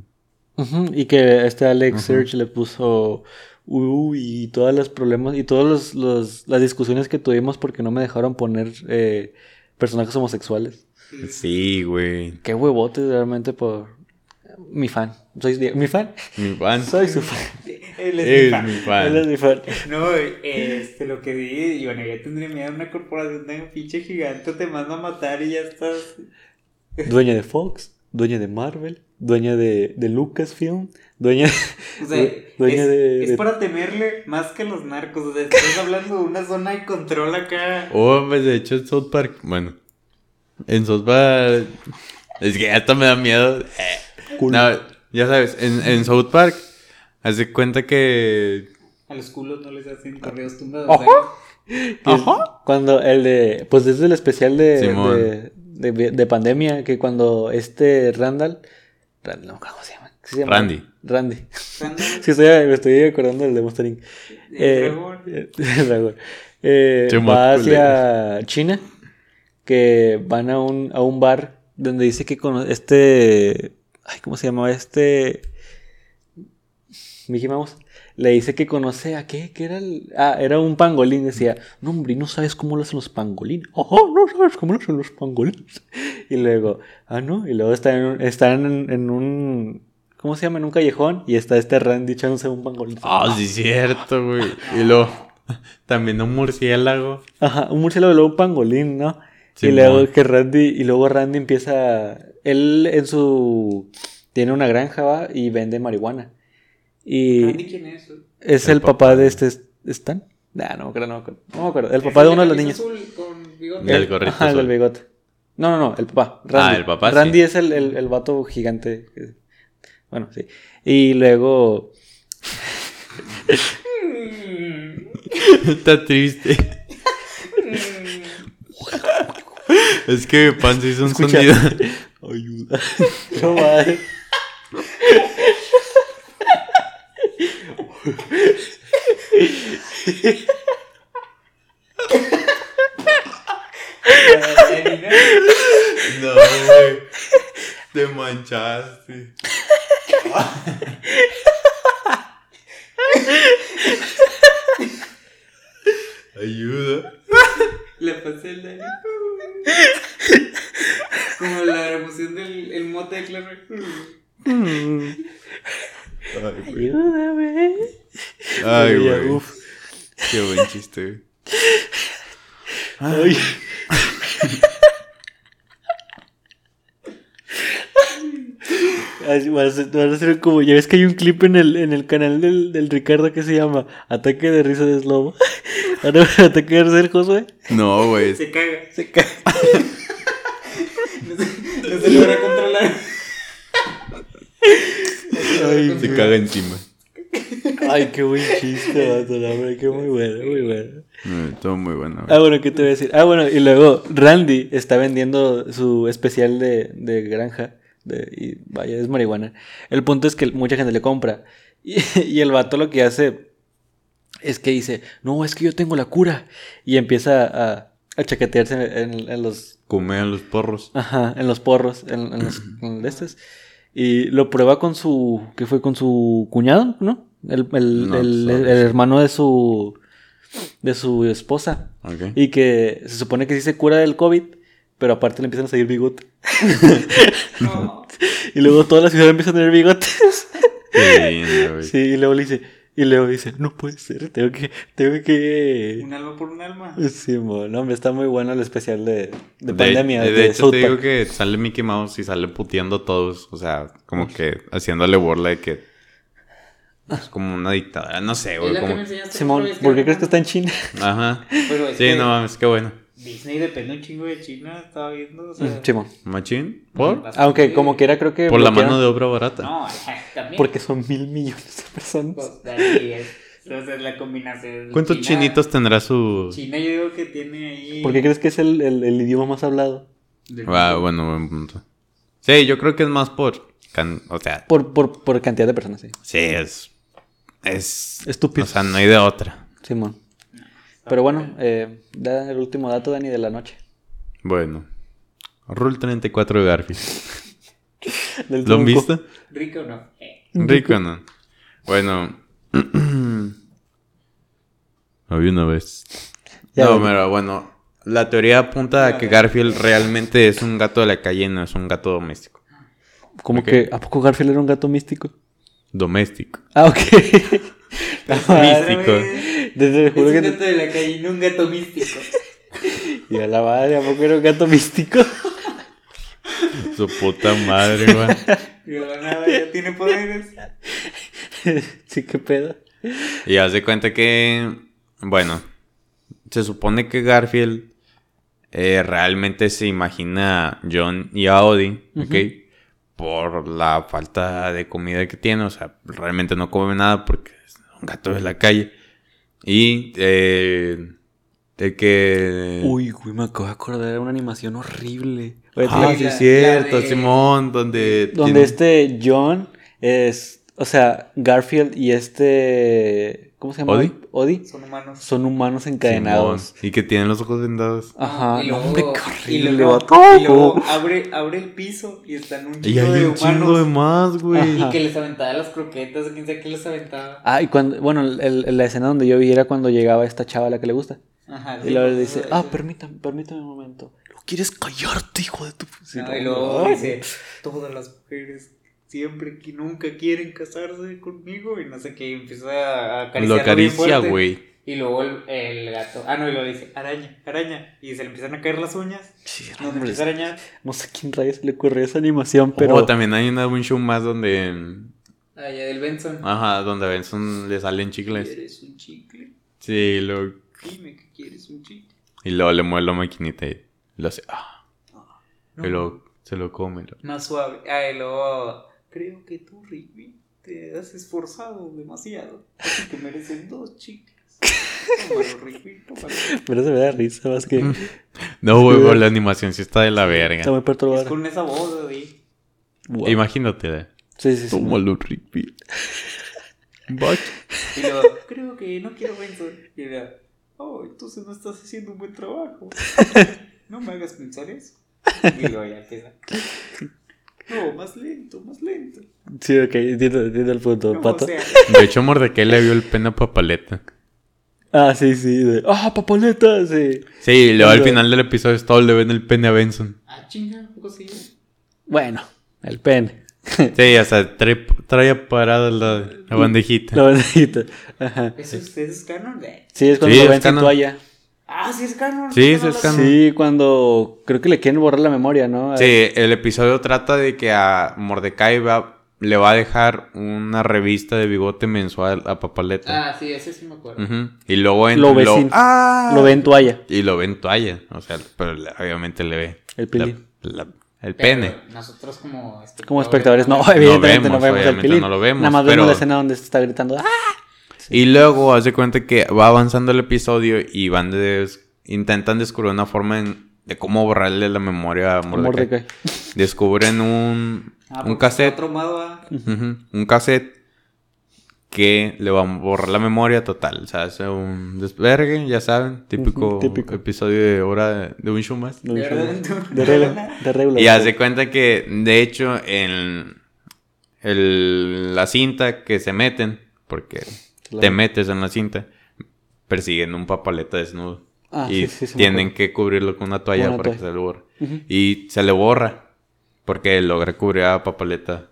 C: Ujú, y que este Alex
D: Ujú.
C: Search le puso "Uh, y todas las problemas y todas los, los- las discusiones que tuvimos porque no me dejaron poner eh, personajes homosexuales.
D: Sí, güey.
C: Qué huevote realmente por mi fan. Soy de- mi fan.
D: Mi fan.
C: Soy su fan.
B: Él es mi
D: Es
B: fan.
D: mi
C: Él es
D: fan.
C: mi fan.
B: No, este, lo que di, y bueno, ya tendría miedo a una corporación tan pinche gigante, te manda a matar y ya estás.
C: Dueña de Fox, dueña de Marvel, dueña de, de Lucasfilm, dueña
B: O sea,
C: Due- dueña
B: es,
C: de-
B: es
C: de-
B: para temerle más que los narcos. O sea, estás hablando de una zona de control acá.
D: Oh, pues de hecho en South Park. Bueno. En South Park. Es que hasta me da miedo. Eh,
C: Cool.
D: no, Ya sabes, en, en South Park, haz de cuenta que.
B: A los culos no les hacen correos tumbados.
C: Ojo.
B: ¿verdad?
C: Que es
D: Ajá.
C: Cuando el de. Pues desde el especial de,
D: Simón.
C: de, de- de pandemia, que cuando este Randall. Randall, no, ¿cómo se llama? ¿Qué se llama?
D: Randy.
C: Randy.
B: Cuando-
C: Sí, estoy, me estoy acordando del de Monster Inc.
B: el
C: Eh,
B: dragón,
C: eh, el dragón. Eh,
D: Che,
C: va
D: más
C: hacia China, que van a un, a un bar donde dice que con este... Ay, ¿cómo se llamaba este? Mickey Mouse. Le dice que conoce a qué, que era el... Ah, era un pangolín. Decía, no hombre, no sabes cómo lo hacen los pangolines. Ojo, no sabes cómo lo hacen los pangolines. Y luego, ah, no. Y luego están en un... Están en, en un ¿Cómo se llama? En un callejón. Y está este Randy echándose un pangolín.
D: Ah, sí, cierto, güey. Y luego, también un murciélago.
C: Ajá, un murciélago y luego un pangolín, ¿no? y
D: Simón.
C: luego que Randy, y luego Randy empieza. Él en su. tiene una granja, va, y vende marihuana. Y
B: Randy, ¿quién es?
C: es el,
D: El
C: papá,
D: papá.
C: de este Stan. Nah, no me acuerdo, no me acuerdo. No me acuerdo. El
B: ¿Es
C: papá de uno de los
B: camisa
C: niños.
B: azul con bigote?
D: Del gorrito
C: Ajá, el del
D: azul. Ah,
C: bigote. No, no, no, el papá. Randy.
D: el papá,
C: Randy
D: sí.
C: es el, el, el vato gigante. que- Bueno, sí. Y luego.
B: Mm,
D: Está triste.
B: mm.
D: Es que mi pan se hizo un
C: Escucha.
D: sonido.
C: Ayuda. No madre.
D: No, güey. Te manchaste. Ayuda.
B: Le pasé el Dani. Como la emoción del el mote de Clara.
D: Ay, güey.
C: Ayúdame.
D: Ay,
C: Ya,
D: güey.
C: uf.
D: Qué buen chiste, güey.
C: Ay. Así vas, a- vas a ser como, ya ves que hay un clip en el, en el canal del, del Ricardo que se llama Ataque de risa de Slobo. Ahora ataque de risa del Josué.
D: No, güey.
B: Se caga.
C: Se cae.
B: No se, no se logra controlar.
D: Se caga encima.
C: Ay, qué buen chiste, vato, la verdad, que muy bueno, muy bueno.
D: Mm, Todo muy bueno. güey.
C: Ah, bueno, ¿qué te voy a decir? Ah, bueno, y luego Randy está vendiendo su especial de, de granja. de- y vaya, es marihuana. El punto es que mucha gente le compra. Y, y el vato lo que hace es que dice, no, es que yo tengo la cura. Y empieza a, a chaquetearse en, en- en los...
D: Comean los porros.
C: Ajá, en los porros, en, en los en de estos. Y lo prueba con su... que fue con su cuñado, ¿no? El, el-
D: No,
C: el-
D: sabes.
C: el hermano de su... de su esposa.
D: Ok.
C: Y que se supone que sí se cura del COVID, pero aparte le empiezan a salir bigote.
B: No.
C: Y luego toda la ciudad empieza a tener bigotes.
D: Qué lindo, güey.
C: Sí, y luego le dice, y luego dice, no puede ser, tengo que, tengo que...
B: Un alma por un alma.
C: Sí, mon, hombre, está muy bueno el especial de, de
D: De,
C: pandemia.
D: de
C: de
D: hecho,
C: South
D: te digo
C: Park.
D: que sale Mickey Mouse y sale puteando a todos. O sea, como que haciéndole burla de que. Es como una dictadura. No sé,
B: Es
D: güey.
B: la que
D: Como...
B: me enseñaste
C: Simón,
B: otra vez,
C: ¿por qué
B: era
C: crees que está en China?
D: Ajá.
B: Pero es
D: Sí,
B: que
D: no mames, qué bueno.
B: Disney depende un chingo de China, estaba viendo. O sea,
C: Simón.
D: ¿Machín? ¿Por?
B: bastante-
C: Aunque como quiera creo que...
D: Por la
C: bloquearon-
D: mano de obra barata.
B: No, ajá, también.
C: Porque son mil millones de personas.
B: Pues, ahí es. O sea, es la combinación.
D: ¿Cuántos
B: China-
D: chinitos tendrá su.?
B: China, yo digo que tiene ahí.
C: ¿Por qué crees que es el, el- el idioma más hablado?
B: Del-
D: Ah, bueno, buen punto. Sí, yo creo que es más por. can- O sea,
C: Por, por, por cantidad de personas, sí.
D: sí, es. Es.
C: Estúpido.
D: O sea, no hay de otra.
C: Simón. Pero bueno, eh, da el último dato, Dani, de la noche.
D: Bueno. Rule 34 de Garfield.
C: Del
D: ¿Lo han
C: truco.
D: visto?
B: ¿Rico o no? Eh,
D: Rico, ¿no? Bueno. Había una vez.
C: Ya,
D: no,
C: bueno.
D: pero bueno. La teoría apunta a que Garfield realmente es un gato de la calle y no es un gato doméstico.
C: Como
D: Ok.
C: que, ¿a poco Garfield era un gato místico?
D: Doméstico.
C: Ah, ok. No, madre,
D: Místico.
B: Es
C: Desde el juro
B: un
C: que
B: gato de la calle, no un gato místico.
C: Y a la madre, ¿a poco era un gato místico?
D: Su puta madre, güey.
B: Y de la nada ya tiene poderes.
C: sí, qué pedo.
D: Y haz de cuenta que, bueno, se supone que Garfield eh, realmente se imagina a John y a Odie, ¿ok? por la falta de comida que tiene, o sea, realmente no come nada porque es un gato de la calle. Y eh, de que...
C: Uy, güey, me acabo de acordar de una animación horrible. Oye, te
D: Eh. Ah,
C: la-
D: sí,
B: la-
D: es cierto,
B: la de-
D: Simón, donde...
C: donde
D: tiene-
C: este John es. O sea, Garfield y este. ¿Cómo se llama?
D: ¿Odie?
B: Son humanos.
C: Son humanos encadenados.
D: Simón, y que tiene los ojos vendados.
C: Ajá.
B: Y
C: no,
B: luego-
C: hombre, qué
B: y
C: horrible,
B: luego,
C: vato.
B: y luego abre, abre el piso y están un
D: Y
B: chingo
D: hay
B: de
D: un chingo de
B: humanos.
D: más, güey.
B: Y que les aventaba las croquetas, quién sabe qué les aventaba.
C: Ah, y cuando. Bueno, el- el- la escena donde yo vi era cuando llegaba esta chava a la que le gusta.
B: Ajá,
C: Y luego le
B: sí,
C: dice,
B: eso-
C: ah, permítame, permítame un momento. ¿Lo quieres callarte, hijo de tu... Sí,
B: Ah, y
C: no,
B: luego
C: no.
B: dice, todas las mujeres siempre que nunca quieren casarse conmigo y no sé qué, y empieza a
D: Lo
B: acariciar.
D: acaricia, güey.
B: Y luego el, el gato, ah, no, y lo dice, araña, araña, y se le empiezan a caer las uñas,
C: Sí,
B: nos
C: hombre,
B: empieza a arañar.
C: No sé quién rayos le ocurrió esa animación,
D: Pero
C: pero...
D: Oh, también hay una- un show más donde...
B: Allá del Benson.
C: Ah,
D: Ajá, donde a Benson le salen chicles.
B: ¿Quieres un chicle?
D: Sí, y luego,
B: Dime que quieres un chicle.
D: y luego le mueve la maquinita y lo hace... ah,
B: No,
D: y luego se lo come. lo-
B: Más suave. Ah, y luego, creo que tú, Rigby, te has esforzado demasiado, así que mereces dos chicles. Tómalo, Rigby, tómalo.
C: Pero se me da risa más que...
D: Mm. No, güey, pero la animación sí está de la verga.
C: Está muy
B: Es
C: perturbadora.
B: con esa voz, güey.
C: Wow.
D: Imagínate.
C: Sí, sí, sí.
D: Rigby. Bach.
B: Y luego, creo que no quiero Benson. Y luego, oh, entonces no estás haciendo un buen trabajo. No me hagas pensar eso. Y luego ya empieza. No, más lento, más lento.
C: Sí, ok, entiendo, entiendo el punto,
B: No,
C: pato.
B: o sea,
D: De hecho, Mordecai le vio el pena a Papaleta.
C: Ah, sí, sí. de, Ah, papoleta, sí.
D: Sí, y luego al
C: Cuando-
D: final del episodio todos le ven el pene a Benson.
B: ah, chinga, un poco sí.
C: Bueno, el pene.
D: Sí, hasta trae, trae parada la, la
C: La
D: bandejita.
C: bandejita. Ajá.
B: ¿Eso es, eso es canon? eh?
C: Sí, es cuando
D: Sí,
C: lo
D: es
C: ven sin
D: canon.
C: toalla.
B: Ah, sí es canon.
D: Sí, sí es
B: la-
D: canon.
C: Sí, cuando... Creo que le quieren borrar la memoria, ¿no?
D: Sí, el episodio trata de que a Mordecai va, le va a dejar una revista de bigote mensual a Papaleta.
B: Ah, sí, ese sí me acuerdo.
D: Ujú. Y luego en,
C: Lo ve sin-
D: ¡Ah!
C: Lo ven toalla,
D: Y lo ven toalla. O sea, pero le- obviamente le ve
C: el
D: la-
C: pili.
D: la-
B: Pero
D: el pene.
B: Nosotros como espectadores.
C: Como espectadores, no,
B: mames.
C: evidentemente no
D: vemos,
C: vemos, el
D: obviamente
C: pilín.
D: no lo vemos,
C: Nada más
D: pero-
C: vemos la escena donde se está gritando. ¡Ah!
D: Y luego hace cuenta que va avanzando el episodio y van des- intentan descubrir una forma en- de cómo borrarle la memoria a Mordecai.
C: Mordecai.
D: Descubren un,
B: Ah,
D: un
B: porque
D: cassette.
B: está traumado, ah.
D: Ujú, Un cassette que le va a borrar la memoria total. O sea, hace un desvergue, ya saben. Típico,
C: Ujú, típico.
D: episodio de hora de, de un show más.
C: No,
B: De
C: yo-
B: verdad.
C: De regla, de regla.
D: Y hace cuenta que, de hecho, en el- la cinta que se meten, porque
C: Claro.
D: te metes en la cinta, persiguen un papaleta desnudo.
C: Ah,
D: y
C: sí, sí, sí me
D: tienen que cubrirlo con una toalla
C: Una
D: para que
C: toalla.
D: se le borre.
C: Ujú.
D: Y se le borra, porque logra cubrir a papaleta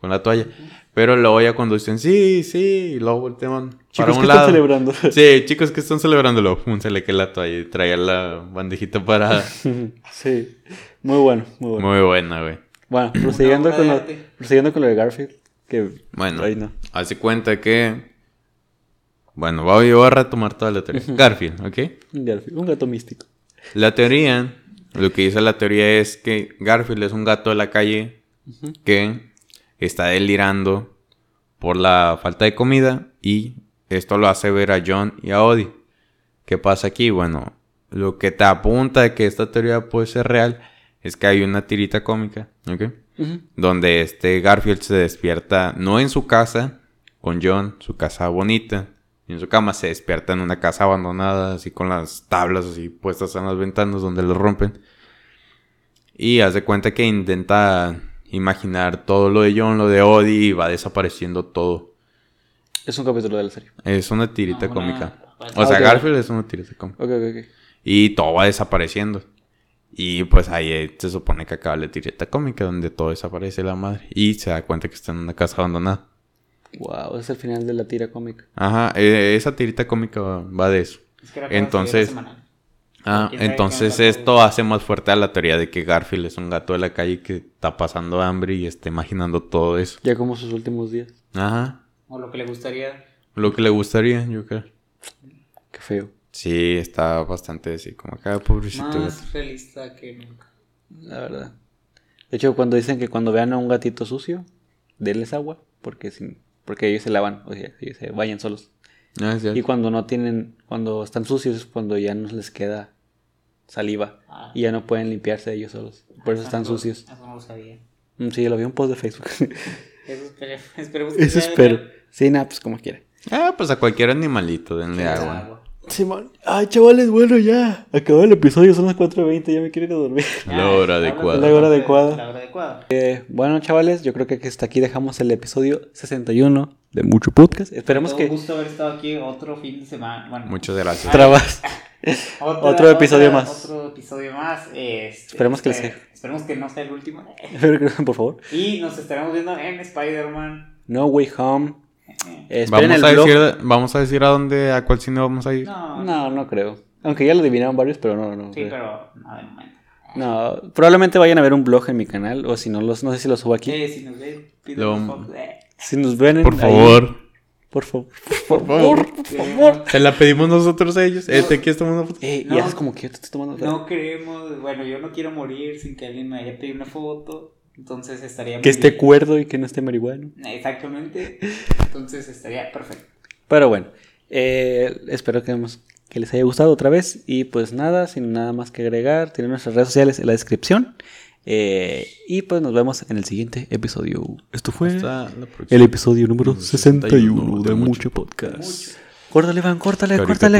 D: con la toalla. Pero luego ya cuando dicen, sí, sí, y luego voltean para
C: Chicos, ¿qué
D: un
C: están
D: lado.
C: celebrando?
D: Sí, chicos que están celebrándolo. Pum, Se le cae la toalla y traía la bandejita parada.
C: sí. Muy bueno, muy bueno.
D: Muy buena, güey.
C: Bueno, prosiguiendo,
B: obra
C: con
B: de
C: lo,
B: arte.
C: prosiguiendo con lo de Garfield. Que
D: Bueno,
C: ahí no.
D: hace cuenta que. Bueno, voy, voy a retomar toda la teoría. Garfield, ¿ok?
C: Un Garfield, un gato místico.
D: La teoría, lo que dice la teoría es que Garfield es un gato de la calle que está delirando por la falta de comida y esto lo hace ver a John y a Odie. ¿Qué pasa aquí? Bueno, lo que te apunta de que esta teoría puede ser real es que hay una tirita cómica, ¿ok?
C: Ujú.
D: donde este Garfield se despierta no en su casa con John, su casa bonita, y en su cama se despierta en una casa abandonada, así con las tablas así puestas en las ventanas donde lo rompen. Y hace cuenta que intenta imaginar todo lo de John, lo de Odie, y va desapareciendo todo.
C: Es un capítulo de la serie.
D: Es una tirita
B: Ah, una-
D: cómica.
B: Ah,
D: O sea,
C: ok.
D: Garfield es una tirita cómica.
C: Ok, ok, ok.
D: Y todo va desapareciendo. Y pues ahí eh, se supone que acaba la tirita cómica donde todo desaparece la madre. Y se da cuenta que está en una casa abandonada.
C: Wow, es el final de la tira cómica.
D: Ajá, eh, esa tirita cómica va va de eso.
B: Es que era
D: Entonces-
B: para la
D: Ah,
B: ¿Quién sabe
D: entonces
B: qué onda,
D: esto
B: güey?
D: hace más fuerte a la teoría de que Garfield es un gato de la calle que está pasando hambre y está imaginando todo eso.
C: Ya como sus últimos días.
D: Ajá,
B: O lo que le gustaría.
D: lo que le gustaría, yo creo.
C: Qué feo.
D: Sí, está bastante así, como acá, pobrecito. "Ah, gato.
B: Más realista que nunca.
C: La verdad. De hecho, cuando dicen que cuando vean a un gatito sucio, denles agua, porque sin, porque ellos se lavan, o sea, ellos se vayan solos.
D: No, Ah, es cierto.
C: Y cuando no tienen, cuando están sucios es cuando ya no les queda saliva
B: Ah,
C: y ya no pueden limpiarse ellos solos. Por eso están
B: eso-
C: sucios.
B: Eso Ah, no lo sabía.
C: Mm, Sí, lo vi en un post de Facebook.
B: Eso espere- esperemos que
C: Eso
B: sea-
C: espero. Sí, nada, pues como quiera.
D: Ah, pues a cualquier animalito denle
B: Ah,
D: agua.
B: agua.
C: Simón, ay chavales, bueno ya. Acabó el episodio, son las 4.20, ya me quiero ir a dormir.
D: La hora
B: Ah,
D: adecuada.
C: La hora adecuada.
B: La hora adecuada.
C: Eh, bueno chavales, yo creo que hasta aquí dejamos el episodio 61 de Mucho Podcast. Esperemos
B: Todo
C: que...
B: Un gusto haber estado aquí otro fin de semana. Bueno,
D: Muchas gracias.
C: Trabas.
B: otra-
C: otro episodio
B: otra-
C: más.
B: Otro episodio más. este,
C: Esperemos que les
B: espere- Esperemos que no sea el último.
C: Espero que- Por favor.
B: Y nos estaremos viendo en Spider-Man.
C: No Way Home. Eh, esperen
D: Vamos
C: el
D: a,
C: blog.
D: decir, vamos a decir a dónde, a cuál cine vamos a ir.
B: No,
C: No, no creo. Aunque ya lo adivinaron varios, pero no, no.
B: Sí,
C: creo.
B: pero no de momento.
C: No, probablemente vayan a ver un blog en mi canal o si no los no sé si lo subo aquí.
B: Eh, si nos ven,
D: Lo-
B: pídanos fotos, eh.
C: Si nos ven en-
D: Por
C: ahí,
D: favor.
C: por favor.
D: Por favor. Se la pedimos nosotros a ellos. Este aquí estamos una foto.
C: Eh,
B: No.
C: y haces como que yo te estoy tomando
B: No queremos, bueno, yo no quiero morir sin que alguien me haya pedido una foto. Entonces estaría
C: que
B: muy
C: esté
B: bien.
C: cuerdo y que no esté marihuano.
B: Exactamente. Entonces estaría perfecto.
C: Pero bueno, eh, espero que, hemos- que les haya gustado otra vez y pues nada, sin nada más que agregar, tienen nuestras redes sociales en la descripción eh, y pues nos vemos en el siguiente episodio. Esto fue
D: Hasta la próxima.
C: el episodio número
D: 61
C: 61 de
D: de Mucho
C: Mucho Podcast. Córtale, Van, córtale,
D: Caricatura.
C: córtale.